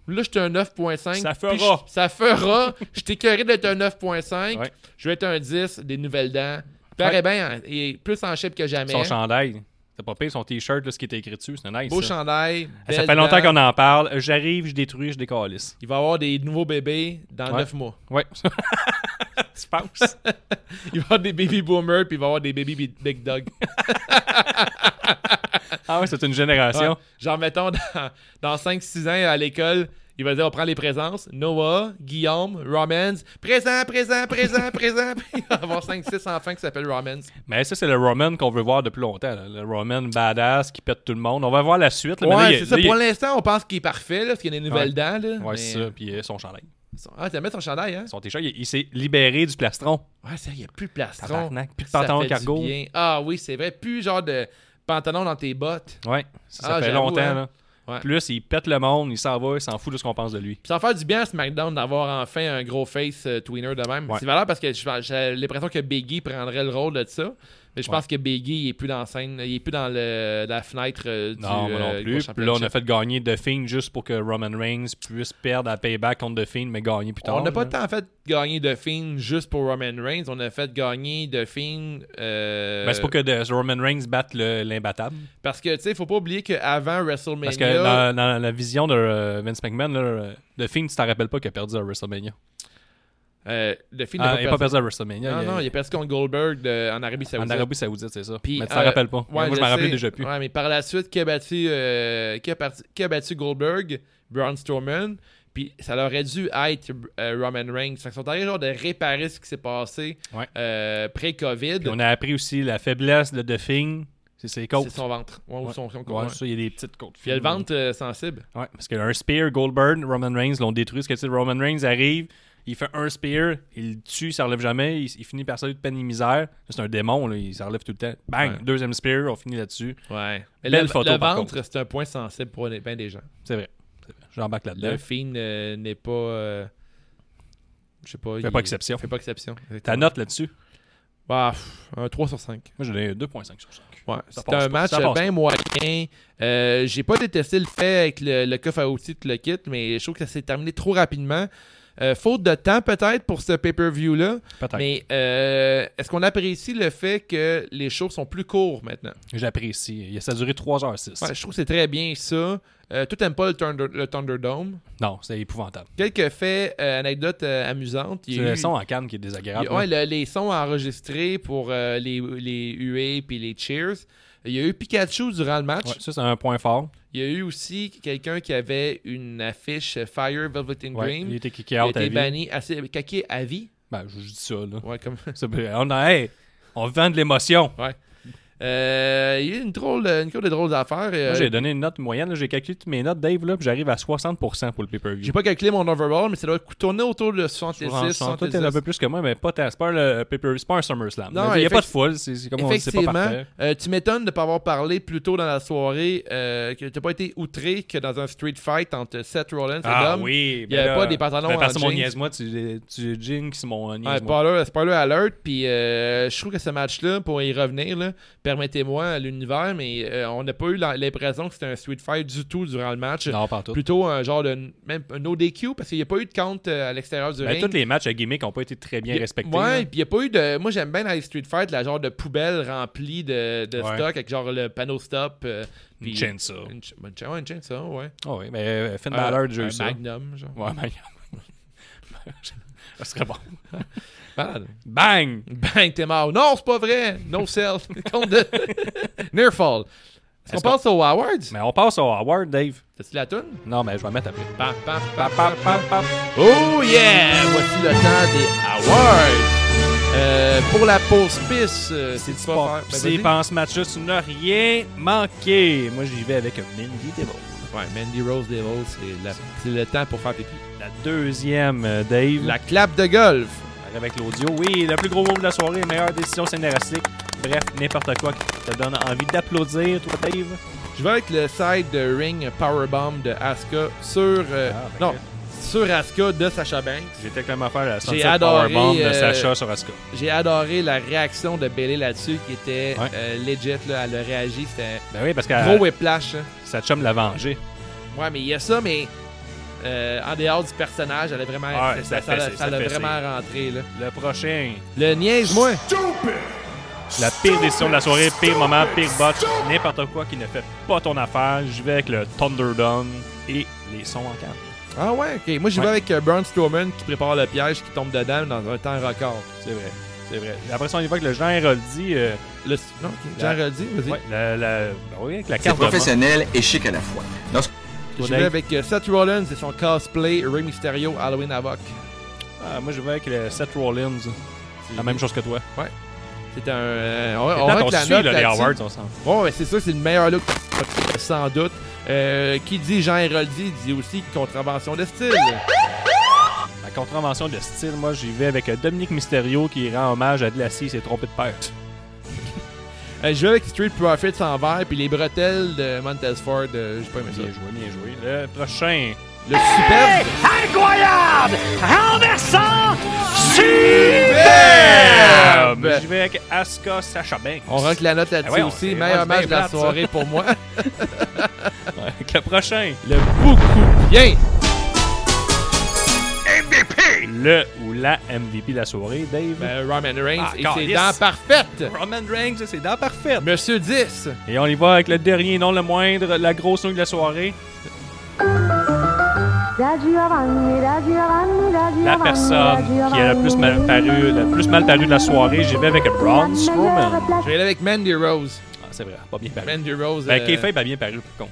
[SPEAKER 1] là, je suis un 9.5.
[SPEAKER 2] Ça
[SPEAKER 1] puis
[SPEAKER 2] fera.
[SPEAKER 1] je- Ça fera. Je t'écœurerai d'être un 9.5.
[SPEAKER 2] Ouais.
[SPEAKER 1] Je vais être un 10, des nouvelles dents. Il paraît bien, hein, il est plus en shape que jamais.
[SPEAKER 2] Son chandail. C'est pas pire, son t-shirt, là, ce qui était écrit dessus. C'est nice.
[SPEAKER 1] hein. Beau
[SPEAKER 2] ça.
[SPEAKER 1] chandail.
[SPEAKER 2] Ça
[SPEAKER 1] belles
[SPEAKER 2] fait longtemps
[SPEAKER 1] dents.
[SPEAKER 2] qu'on en parle. J'arrive, je détruis, je décalisse.
[SPEAKER 1] Il va avoir des nouveaux bébés dans
[SPEAKER 2] Ouais.
[SPEAKER 1] 9 mois.
[SPEAKER 2] Ouais. tu penses?
[SPEAKER 1] Il va avoir des baby boomers, puis il va avoir des baby bi- big dog.
[SPEAKER 2] Ah ouais, c'est une génération.
[SPEAKER 1] Ouais. Genre, mettons, dans, 5-6 ans à l'école, il va dire on prend les présences. Noah, Guillaume, Romans. Présent, présent, présent, présent. Puis il va avoir 5-6 enfants qui s'appellent Romans.
[SPEAKER 2] Mais ça, c'est le Roman qu'on veut voir depuis longtemps. là. Le Roman badass qui pète tout le monde. On va voir la suite. là, mais là,
[SPEAKER 1] Ouais,
[SPEAKER 2] il-
[SPEAKER 1] c'est ça.
[SPEAKER 2] là, il-
[SPEAKER 1] Pour l'instant, on pense qu'il est parfait, là, parce qu'il a des nouvelles
[SPEAKER 2] Ouais.
[SPEAKER 1] dents. Là,
[SPEAKER 2] Ouais,
[SPEAKER 1] mais-
[SPEAKER 2] c'est ça. Puis euh, son chandail.
[SPEAKER 1] Ah, t'as mis ton chandail, hein?
[SPEAKER 2] Son t-shirt, il, il s'est libéré du plastron.
[SPEAKER 1] Ouais, c'est vrai, il n'y a plus de plastron.
[SPEAKER 2] Tabarnak. Plus de
[SPEAKER 1] Ça
[SPEAKER 2] pantalon
[SPEAKER 1] fait du
[SPEAKER 2] cargo.
[SPEAKER 1] bien. Ah oui, c'est vrai. Plus genre de pantalon dans tes bottes.
[SPEAKER 2] Ouais, ça, ça
[SPEAKER 1] Ah,
[SPEAKER 2] fait
[SPEAKER 1] j'avoue,
[SPEAKER 2] longtemps.
[SPEAKER 1] hein.
[SPEAKER 2] Là.
[SPEAKER 1] Ouais.
[SPEAKER 2] Plus, il pète le monde, il s'en va, il s'en fout de ce qu'on pense de lui.
[SPEAKER 1] Puis ça va faire du bien à SmackDown d'avoir enfin un gros face euh, tweener de même.
[SPEAKER 2] Ouais.
[SPEAKER 1] C'est valable parce que je- j'ai l'impression que Biggie prendrait le rôle de ça. Mais je pense que Biggie, il est plus dans la scène, il est plus dans le, la fenêtre euh, du
[SPEAKER 2] Non,
[SPEAKER 1] euh,
[SPEAKER 2] moi non
[SPEAKER 1] gros
[SPEAKER 2] plus. Puis là, on a
[SPEAKER 1] championship.
[SPEAKER 2] fait gagner The Fiend juste pour que Roman Reigns puisse perdre à payback contre The Fiend, mais gagner plus tard.
[SPEAKER 1] On n'a pas
[SPEAKER 2] là.
[SPEAKER 1] tant fait gagner de Fiend juste pour Roman Reigns. On a fait gagner de Fiend euh,
[SPEAKER 2] Ben, c'est pour que de- Roman Reigns batte le- l'imbattable.
[SPEAKER 1] parce que, tu sais, faut pas oublier qu'avant WrestleMania...
[SPEAKER 2] Parce que dans, dans la vision de euh, Vince McMahon, là, euh, The Fiend, tu t'en rappelles pas qu'il a perdu à WrestleMania.
[SPEAKER 1] euh, The Fiend
[SPEAKER 2] Ah,
[SPEAKER 1] n'a
[SPEAKER 2] il n'a
[SPEAKER 1] pas
[SPEAKER 2] pas
[SPEAKER 1] perdu.
[SPEAKER 2] perdu à Wrestlemania.
[SPEAKER 1] Non,
[SPEAKER 2] il,
[SPEAKER 1] non, il a perdu contre Goldberg de- en Arabie
[SPEAKER 2] en
[SPEAKER 1] Saoudite.
[SPEAKER 2] Arabie Saoudite, c'est ça.
[SPEAKER 1] Puis,
[SPEAKER 2] mais tu t'en
[SPEAKER 1] euh,
[SPEAKER 2] rappelles pas.
[SPEAKER 1] ouais,
[SPEAKER 2] Moi, je m'en rappelais
[SPEAKER 1] sais.
[SPEAKER 2] déjà plus.
[SPEAKER 1] Ouais, mais par la suite, qui a battu, euh, qui a parti- qui a battu Goldberg, Braun Strowman, puis ça leur aurait dû être euh, Roman Reigns. Fait qu'ils sont arrivés genre de réparer ce qui s'est passé
[SPEAKER 2] Ouais.
[SPEAKER 1] euh, pré-COVID.
[SPEAKER 2] Puis on a appris aussi la faiblesse de The Fiend, c'est ses
[SPEAKER 1] C'est
[SPEAKER 2] côtes.
[SPEAKER 1] son ventre. Ouais, ou
[SPEAKER 2] Ouais.
[SPEAKER 1] son- son-
[SPEAKER 2] Ouais,
[SPEAKER 1] ouais.
[SPEAKER 2] ça, il y a des petites côtes.
[SPEAKER 1] Puis il y a le ventre euh, sensible.
[SPEAKER 2] Ouais, parce qu'un spear, Goldberg, Roman Reigns l'ont détruit. Ce que tu sais, Roman Reigns arrive, il fait un spear, il le tue, il s'enlève jamais, il, il finit par saluer de peine et misère. C'est un démon, là, il s'enlève tout le temps. Bang,
[SPEAKER 1] Ouais.
[SPEAKER 2] deuxième spear, on finit là-dessus.
[SPEAKER 1] Ouais. Mais
[SPEAKER 2] Belle
[SPEAKER 1] le,
[SPEAKER 2] photo,
[SPEAKER 1] le
[SPEAKER 2] par
[SPEAKER 1] ventre, c'est un point sensible pour les- ben des gens.
[SPEAKER 2] C'est vrai. c'est vrai. J'embarque là-dedans.
[SPEAKER 1] Le film n'est pas. euh, je sais pas.
[SPEAKER 2] Fait
[SPEAKER 1] il-
[SPEAKER 2] pas exception.
[SPEAKER 1] Fait pas exception.
[SPEAKER 2] Ta note là-dessus,
[SPEAKER 1] Bah, pff, un 3 sur 5.
[SPEAKER 2] moi j'ai donné 2.5 sur 5.
[SPEAKER 1] Ouais,
[SPEAKER 2] Ça
[SPEAKER 1] c'est
[SPEAKER 2] passe
[SPEAKER 1] un
[SPEAKER 2] pas,
[SPEAKER 1] match
[SPEAKER 2] ça passe
[SPEAKER 1] bien moyen. Euh, j'ai pas détesté le fait avec le, le coffre à outils tout le kit, mais je trouve que ça s'est terminé trop rapidement. Euh, faute de temps peut-être pour ce pay-per-view-là,
[SPEAKER 2] Peut-être.
[SPEAKER 1] mais euh, est-ce qu'on apprécie le fait que les shows sont plus courts maintenant?
[SPEAKER 2] J'apprécie. Il- Ça a duré 3h06.
[SPEAKER 1] Ouais, je trouve que c'est très bien ça. Euh, tout aime pas le, Thunder- le Thunderdome.
[SPEAKER 2] Non, c'est épouvantable.
[SPEAKER 1] Quelques faits, euh, anecdotes euh, amusantes. Il y
[SPEAKER 2] C'est
[SPEAKER 1] a
[SPEAKER 2] le
[SPEAKER 1] eu-
[SPEAKER 2] son en canne qui est
[SPEAKER 1] il y
[SPEAKER 2] désagréable.
[SPEAKER 1] a- ouais, le- les sons enregistrés pour euh, les, les huées puis les cheers. Il y a eu Pikachu durant le match.
[SPEAKER 2] Ouais, ça, c'est un point fort.
[SPEAKER 1] Il y a eu aussi quelqu'un qui avait une affiche Fire Velvet and
[SPEAKER 2] Ouais,
[SPEAKER 1] Green.
[SPEAKER 2] Il était
[SPEAKER 1] Il
[SPEAKER 2] kické
[SPEAKER 1] a
[SPEAKER 2] out à
[SPEAKER 1] été
[SPEAKER 2] vie.
[SPEAKER 1] banni assez caqué à vie.
[SPEAKER 2] Ben, je je dis ça, là.
[SPEAKER 1] Ouais, comme.
[SPEAKER 2] Ça peut- On, a, hey, on vend de l'émotion.
[SPEAKER 1] Euh, il y a eu une drôle, de- une couple de drôles d'affaires. euh,
[SPEAKER 2] Moi, j'ai donné une note moyenne. là, J'ai calculé toutes mes notes, Dave, là, puis j'arrive à 60% pour le pay-per-view.
[SPEAKER 1] J'ai pas calculé mon overall, mais ça doit tourner autour de
[SPEAKER 2] Je
[SPEAKER 1] 66,
[SPEAKER 2] pense- Toi, t'es
[SPEAKER 1] 66.
[SPEAKER 2] un peu plus que moi, mais pas tant. C'est pas le pay-per-view, c'est pas un SummerSlam.
[SPEAKER 1] Non,
[SPEAKER 2] Non, il n'y a pas de
[SPEAKER 1] effecti-
[SPEAKER 2] foule. C'est c'est comme on dit, c'est pas
[SPEAKER 1] Effectivement,
[SPEAKER 2] parfait.
[SPEAKER 1] euh, tu m'étonnes de ne pas avoir parlé plus tôt dans la soirée euh, que t'as pas été outré que dans un street fight entre Seth Rollins et
[SPEAKER 2] Ah
[SPEAKER 1] Dom.
[SPEAKER 2] oui,
[SPEAKER 1] il
[SPEAKER 2] ben,
[SPEAKER 1] y avait pas des pantalons en
[SPEAKER 2] Parce que mon
[SPEAKER 1] jeans.
[SPEAKER 2] niaise-moi, tu, tu jinx mon
[SPEAKER 1] Ouais,
[SPEAKER 2] niaise-moi.
[SPEAKER 1] spoiler, spoiler alert, puis euh, je trouve que ce match-là, pour y revenir, là, permettez-moi à l'univers, mais euh, on n'a pas eu la- l'impression que c'était un sweet fight du tout durant le match.
[SPEAKER 2] Non, pas en tout.
[SPEAKER 1] Plutôt un genre de même un ODQ parce qu'il n'y a pas eu de count euh, à l'extérieur du
[SPEAKER 2] Ben,
[SPEAKER 1] ring.
[SPEAKER 2] tous les matchs à gimmick n'ont pas été très bien
[SPEAKER 1] Il y a-
[SPEAKER 2] respectés.
[SPEAKER 1] Ouais,
[SPEAKER 2] là.
[SPEAKER 1] puis il n'y a pas eu de. Moi, j'aime bien dans les Street Fight la genre de poubelle remplie de, de
[SPEAKER 2] Ouais.
[SPEAKER 1] stock avec genre le panneau stop. euh, puis-
[SPEAKER 2] Une chainsaw.
[SPEAKER 1] Une, ch- une cha- ouais, une chainsaw, ouais.
[SPEAKER 2] Ah oui, mais euh, Finn Balor, j'ai
[SPEAKER 1] un
[SPEAKER 2] eu ça.
[SPEAKER 1] Magnum, genre.
[SPEAKER 2] Ouais, Magnum. ça serait bon.
[SPEAKER 1] Malade.
[SPEAKER 2] Bang!
[SPEAKER 1] Bang, t'es mort. Non, c'est pas vrai. No self. Compte de. Nearfall. Est-ce qu'on
[SPEAKER 2] Est-ce qu'on-
[SPEAKER 1] passe au Howard?
[SPEAKER 2] Mais on passe au Howard, Dave.
[SPEAKER 1] T'as-tu la toune?
[SPEAKER 2] Non, mais je vais la mettre après.
[SPEAKER 1] Pam, pam, pam,
[SPEAKER 2] Pam,
[SPEAKER 1] pam,
[SPEAKER 2] pam,
[SPEAKER 1] pam.
[SPEAKER 2] pam.
[SPEAKER 1] Oh yeah! Voici le temps des Awards. Euh, pour la pause piste, euh,
[SPEAKER 2] C'est du
[SPEAKER 1] tu vas
[SPEAKER 2] sport.
[SPEAKER 1] faire- ben,
[SPEAKER 2] Si
[SPEAKER 1] vas-y.
[SPEAKER 2] pendant ce match-là, tu n'as rien manqué. Moi, j'y vais avec Mindy Devil.
[SPEAKER 1] Ouais, Mandy Rose Devils, c'est la- c'est le temps pour faire pipi.
[SPEAKER 2] La deuxième, euh, Dave.
[SPEAKER 1] La clap de golf.
[SPEAKER 2] Avec l'audio. Oui, le plus gros mot de la soirée, meilleure décision scénaristique. Bref, n'importe quoi qui te donne envie d'applaudir, toi, Dave.
[SPEAKER 1] Je vais avec le side de Ring Powerbomb de Asuka sur. euh,
[SPEAKER 2] Ah, ben
[SPEAKER 1] non,
[SPEAKER 2] que-
[SPEAKER 1] sur Asuka de Sasha Banks.
[SPEAKER 2] J'étais quand même à faire la
[SPEAKER 1] J'ai
[SPEAKER 2] sunset
[SPEAKER 1] adoré,
[SPEAKER 2] powerbomb de
[SPEAKER 1] euh,
[SPEAKER 2] Sacha sur Asuka.
[SPEAKER 1] J'ai adoré la réaction de Bailey là-dessus qui était
[SPEAKER 2] Ouais.
[SPEAKER 1] euh, legit. Là, elle a réagi. C'était
[SPEAKER 2] Ben oui, parce
[SPEAKER 1] gros
[SPEAKER 2] que
[SPEAKER 1] whiplash. hein.
[SPEAKER 2] sa chum l'a vengé.
[SPEAKER 1] Ouais, mais il y a ça, mais euh, en dehors du personnage, elle a vraiment.
[SPEAKER 2] Ah ouais,
[SPEAKER 1] ça
[SPEAKER 2] ça fait-
[SPEAKER 1] ça-
[SPEAKER 2] c'est-
[SPEAKER 1] ça
[SPEAKER 2] ça
[SPEAKER 1] l'a
[SPEAKER 2] fait-
[SPEAKER 1] vraiment rentré. Là.
[SPEAKER 2] Le prochain,
[SPEAKER 1] Le niaise-moi.
[SPEAKER 2] la pire décision de la soirée, pire moment, pire botch, n'importe quoi qui ne fait pas ton affaire. J'y vais avec le Thunderdome et les sons en canne.
[SPEAKER 1] Ah ouais, ok. Moi, j'y vais
[SPEAKER 2] Ouais.
[SPEAKER 1] avec euh, Braun Strowman qui prépare le piège, qui tombe dedans dans un temps record.
[SPEAKER 2] C'est vrai, c'est vrai. Après ça, on y va avec le Jean Héroldi. euh,
[SPEAKER 1] Le, non, ok. Jean Roddy, vas-y.
[SPEAKER 2] ouais, la, la, ben oui, avec la
[SPEAKER 3] C'est
[SPEAKER 2] carte de mort.
[SPEAKER 3] professionnel et chic à la fois. Dans ce-
[SPEAKER 1] Je
[SPEAKER 2] Dave.
[SPEAKER 1] vais avec euh, Seth Rollins et son cosplay Rey Mysterio Halloween Havoc.
[SPEAKER 2] Ah, moi, je vais avec le Seth Rollins. La même chose que toi.
[SPEAKER 1] C'est un. euh, on on va
[SPEAKER 2] Maintenant, on
[SPEAKER 1] avec la
[SPEAKER 2] suit,
[SPEAKER 1] note
[SPEAKER 2] là, les
[SPEAKER 1] là-dessus.
[SPEAKER 2] Howards, on s'en
[SPEAKER 1] Bon, ben, c'est sûr, c'est le meilleur look, sans doute. Euh, qui dit Jean Héroldi dit aussi contravention de style.
[SPEAKER 2] La contravention de style, moi, j'y vais avec euh, Dominique Mysterio qui rend hommage à Glacier et ses trompés de père.
[SPEAKER 1] Euh, je vais avec Street Profits en vert, puis les bretelles de Montez Ford, euh, j'ai pas aimé ça.
[SPEAKER 2] Bien joué, bien joué. Le prochain,
[SPEAKER 1] Le superbe. Incroyable!
[SPEAKER 2] Ah, mais
[SPEAKER 1] Renversant!
[SPEAKER 2] J'y vais avec Asuka Sacha Banks.
[SPEAKER 1] On rentre la note
[SPEAKER 2] Ah
[SPEAKER 1] là-dessus
[SPEAKER 2] ouais, on-
[SPEAKER 1] aussi.
[SPEAKER 2] c'est-
[SPEAKER 1] Meilleur
[SPEAKER 2] c'est
[SPEAKER 1] match
[SPEAKER 2] bien
[SPEAKER 1] de la
[SPEAKER 2] plate, ça.
[SPEAKER 1] soirée pour moi.
[SPEAKER 2] Avec le prochain,
[SPEAKER 1] Le beaucoup bien.
[SPEAKER 2] le ou la MVP de la soirée, Dave.
[SPEAKER 1] Ben, Roman Reigns
[SPEAKER 2] Ah,
[SPEAKER 1] et ses
[SPEAKER 2] calice.
[SPEAKER 1] dents parfaites.
[SPEAKER 2] Roman Reigns, c'est dents parfait.
[SPEAKER 1] Monsieur 10.
[SPEAKER 2] Et on y va avec le dernier, non le moindre, la grosse nouille de la soirée.
[SPEAKER 8] Da Giovanni, da Giovanni, da Giovanni,
[SPEAKER 2] La
[SPEAKER 8] da
[SPEAKER 2] personne qui a le plus mal
[SPEAKER 8] Giovanni.
[SPEAKER 2] paru, le plus mal paru de la soirée, j'y vais avec
[SPEAKER 8] La
[SPEAKER 2] Braun Strowman.
[SPEAKER 8] meilleure place-
[SPEAKER 1] Je vais aller avec Mandy Rose.
[SPEAKER 2] Ah, c'est vrai, pas bien paru.
[SPEAKER 1] Mandy Rose.
[SPEAKER 2] Ben,
[SPEAKER 1] euh,
[SPEAKER 2] K-Fabe a bien paru, par contre.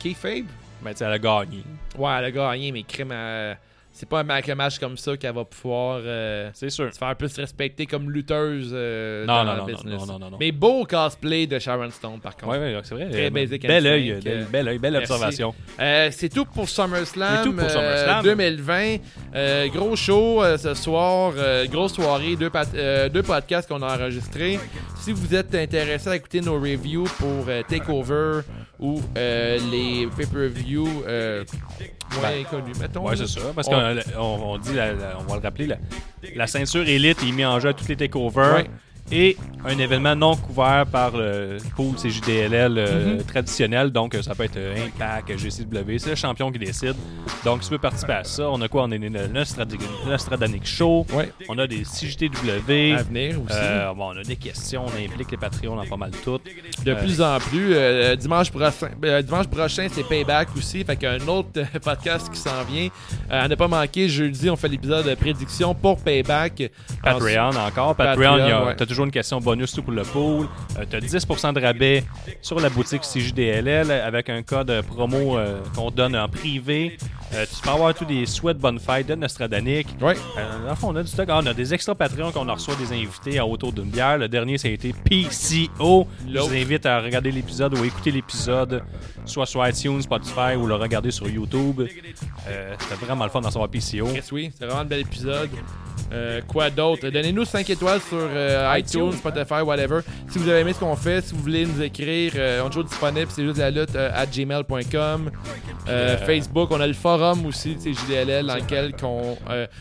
[SPEAKER 1] Kayfabe?
[SPEAKER 2] Mais tu sais, elle a gagné.
[SPEAKER 1] Ouais, elle a gagné, mais crime. euh, c'est pas un ma- un match comme ça qu'elle va pouvoir euh,
[SPEAKER 2] C'est sûr.
[SPEAKER 1] se faire plus respecter comme lutteuse euh,
[SPEAKER 2] Non,
[SPEAKER 1] dans
[SPEAKER 2] non, non,
[SPEAKER 1] le business.
[SPEAKER 2] non, non, non, non.
[SPEAKER 1] Mais beau cosplay de Sharon Stone, par contre.
[SPEAKER 2] Ouais, ouais, c'est vrai.
[SPEAKER 1] Très
[SPEAKER 2] Euh,
[SPEAKER 1] basic
[SPEAKER 2] Bel
[SPEAKER 1] instinct,
[SPEAKER 2] œil,
[SPEAKER 1] euh,
[SPEAKER 2] bel, bel œil, belle
[SPEAKER 1] merci.
[SPEAKER 2] observation.
[SPEAKER 1] Euh, c'est tout pour SummerSlam,
[SPEAKER 2] C'est tout pour
[SPEAKER 1] euh,
[SPEAKER 2] SummerSlam.
[SPEAKER 1] 2020. Euh, gros show euh, ce soir, euh, grosse soirée, deux, pat- euh, deux podcasts qu'on a enregistrés. Si vous êtes intéressé à écouter nos reviews pour euh, Takeover ou euh, les pay-per-view euh, moins connus, mettons.
[SPEAKER 2] Ben, Ouais, c'est ça. Parce qu'on on, on dit, la- la- on va le rappeler, la, la ceinture élite est mise en jeu à tous les takeovers.
[SPEAKER 1] Ouais.
[SPEAKER 2] Et un événement non couvert par le pool CJDLL euh,
[SPEAKER 1] Mm-hmm.
[SPEAKER 2] traditionnel. Donc, euh, ça peut être euh, Impact, GCW. C'est le champion qui décide. Donc, tu peux participer à ça. On a quoi On a le Nostrad- Nostradanic Show.
[SPEAKER 1] Ouais.
[SPEAKER 2] On a des CJTW.
[SPEAKER 1] à venir aussi.
[SPEAKER 2] Euh, bon, on a des questions. On implique les Patreons dans pas mal tout.
[SPEAKER 1] de plus en plus, euh, dimanche prochain, euh, dimanche prochain c'est Payback aussi, fait qu'un autre euh, podcast qui s'en vient. Euh, à ne pas manquer, jeudi on fait l'épisode de prédiction pour Payback.
[SPEAKER 2] Patreon encore. Patreon,
[SPEAKER 1] Patreon,
[SPEAKER 2] il y a-
[SPEAKER 1] ouais.
[SPEAKER 2] t'as toujours une question bonus tout pour le pool. Euh, t'as 10% de rabais sur la boutique CJDLL avec un code promo euh, qu'on donne en privé. Euh, tu peux avoir tous des souhaits de bonne fête de Nostradanic.
[SPEAKER 1] Ouais.
[SPEAKER 2] Euh, dans le fond, on a du stock. Ah, on a des extra Patreons qu'on en reçoit des invités à autour d'une bière. Le dernier, ça a été PCO. Je vous
[SPEAKER 1] L'autre.
[SPEAKER 2] invite à regarder l'épisode ou à écouter l'épisode, soit sur iTunes, Spotify ou le regarder sur YouTube. Euh, C'était vraiment le fun d'en savoir PCO.
[SPEAKER 1] Chris, oui, c'est vraiment un bel épisode. Euh, quoi d'autre? Donnez-nous 5 étoiles sur euh, iTunes, Spotify, whatever. Si vous avez aimé ce qu'on fait, si vous voulez nous écrire, euh, on est toujours disponible, c'est juste la lutte euh, à gmail.com. Euh, Facebook, on a le forum aussi, c'est JDLL, dans lequel on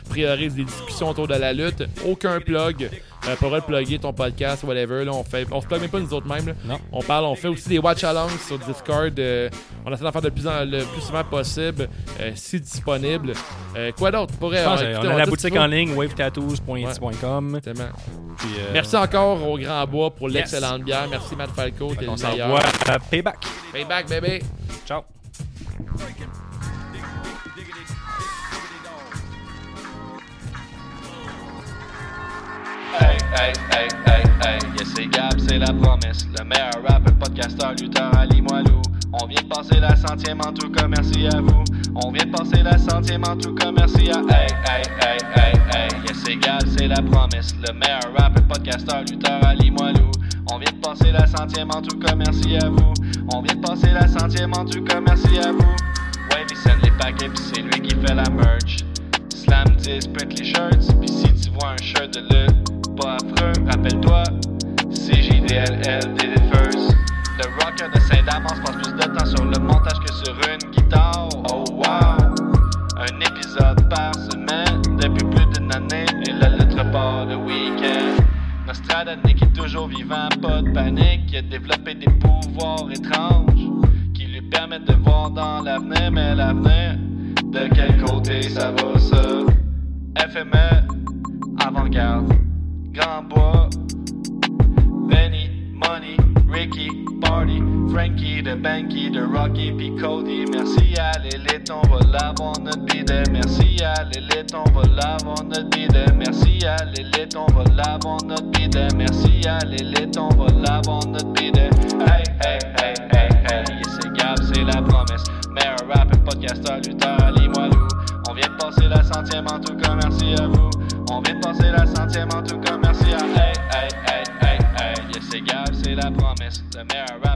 [SPEAKER 1] priorise Euh, des discussions autour de la lutte. Aucun plug. Euh, pas vrai de plugger ton podcast, whatever. Là, on fait, on se plug même pas nous autres mêmes. là.
[SPEAKER 2] Non.
[SPEAKER 1] On parle, on fait aussi des watch alongs sur Discord. euh, on essaie d'en faire de plus en- le plus souvent possible, euh, si disponible. Euh, quoi d'autre Pour
[SPEAKER 2] Je pense,
[SPEAKER 1] euh,
[SPEAKER 2] euh,
[SPEAKER 1] écoutez,
[SPEAKER 2] on a la
[SPEAKER 1] dit
[SPEAKER 2] boutique
[SPEAKER 1] tout.
[SPEAKER 2] en ligne, wavetattoos.etsy.com.
[SPEAKER 1] Exactement.
[SPEAKER 2] Puis, euh,
[SPEAKER 1] Merci encore au Grand Bois pour
[SPEAKER 2] Yes.
[SPEAKER 1] l'excellente bière. Merci Matt Falco, t'es
[SPEAKER 2] On
[SPEAKER 1] le meilleur.
[SPEAKER 2] s'envoie à euh, Payback.
[SPEAKER 1] Payback, bébé.
[SPEAKER 2] Ciao.
[SPEAKER 9] Hey, hey, hey, hey, hey, yes, c'est Gab, c'est la promesse. Le meilleur rapper, podcasteur, lutteur, Ali Moilou. On vient de passer la centième en tout cas, merci à vous. On vient de passer la centième en tout cas, merci à. Hey, hey, hey, hey, hey, yes, c'est Gab, c'est la promesse. Le meilleur rapper, podcasteur, lutteur, Ali Moilou. On vient de passer la centième en tout cas, merci à vous. On vient de passer la centième en tout cas, merci à vous. Ouais, il send les paquets, pis c'est lui qui fait la merch. Slam 10, print les shirts, pis si tu vois un shirt de lutte, pas affreux, rappelle-toi, c'est JDLL, did it first. Le rocker de Saint-Damas passe plus de temps sur le montage que sur une guitare. Oh wow! Un épisode par semaine depuis plus d'une année et la lettre part le week-end. Nostradamus est toujours vivant, pas de panique, il a développé des pouvoirs étranges qui lui permettent de voir dans l'avenir, mais l'avenir, de quel côté ça va ça? FME, avant-garde, grand bois, Benny, Money, Ricky, Party, Frankie, de Banky, de Rocky, puis Cody. Merci à l'élite, on va l'avoir notre bidet. Merci à l'élite, on va l'avoir notre bidet. Merci à l'élite, on va l'avoir notre bidet. Merci à l'élite, on va l'avoir notre bidet. Hey, hey, hey, hey, hey, yes, c'est Gab, c'est la promesse. Meilleur rapper, podcasteur, lutteur, allez-moi loup. On vient de passer la centième en tout cas, merci à vous. On vient de passer la centième en tout cas, merci à hey, hey, hey, hey, hey. Yes, c'est Gab, c'est la promesse. Le meilleur rapper,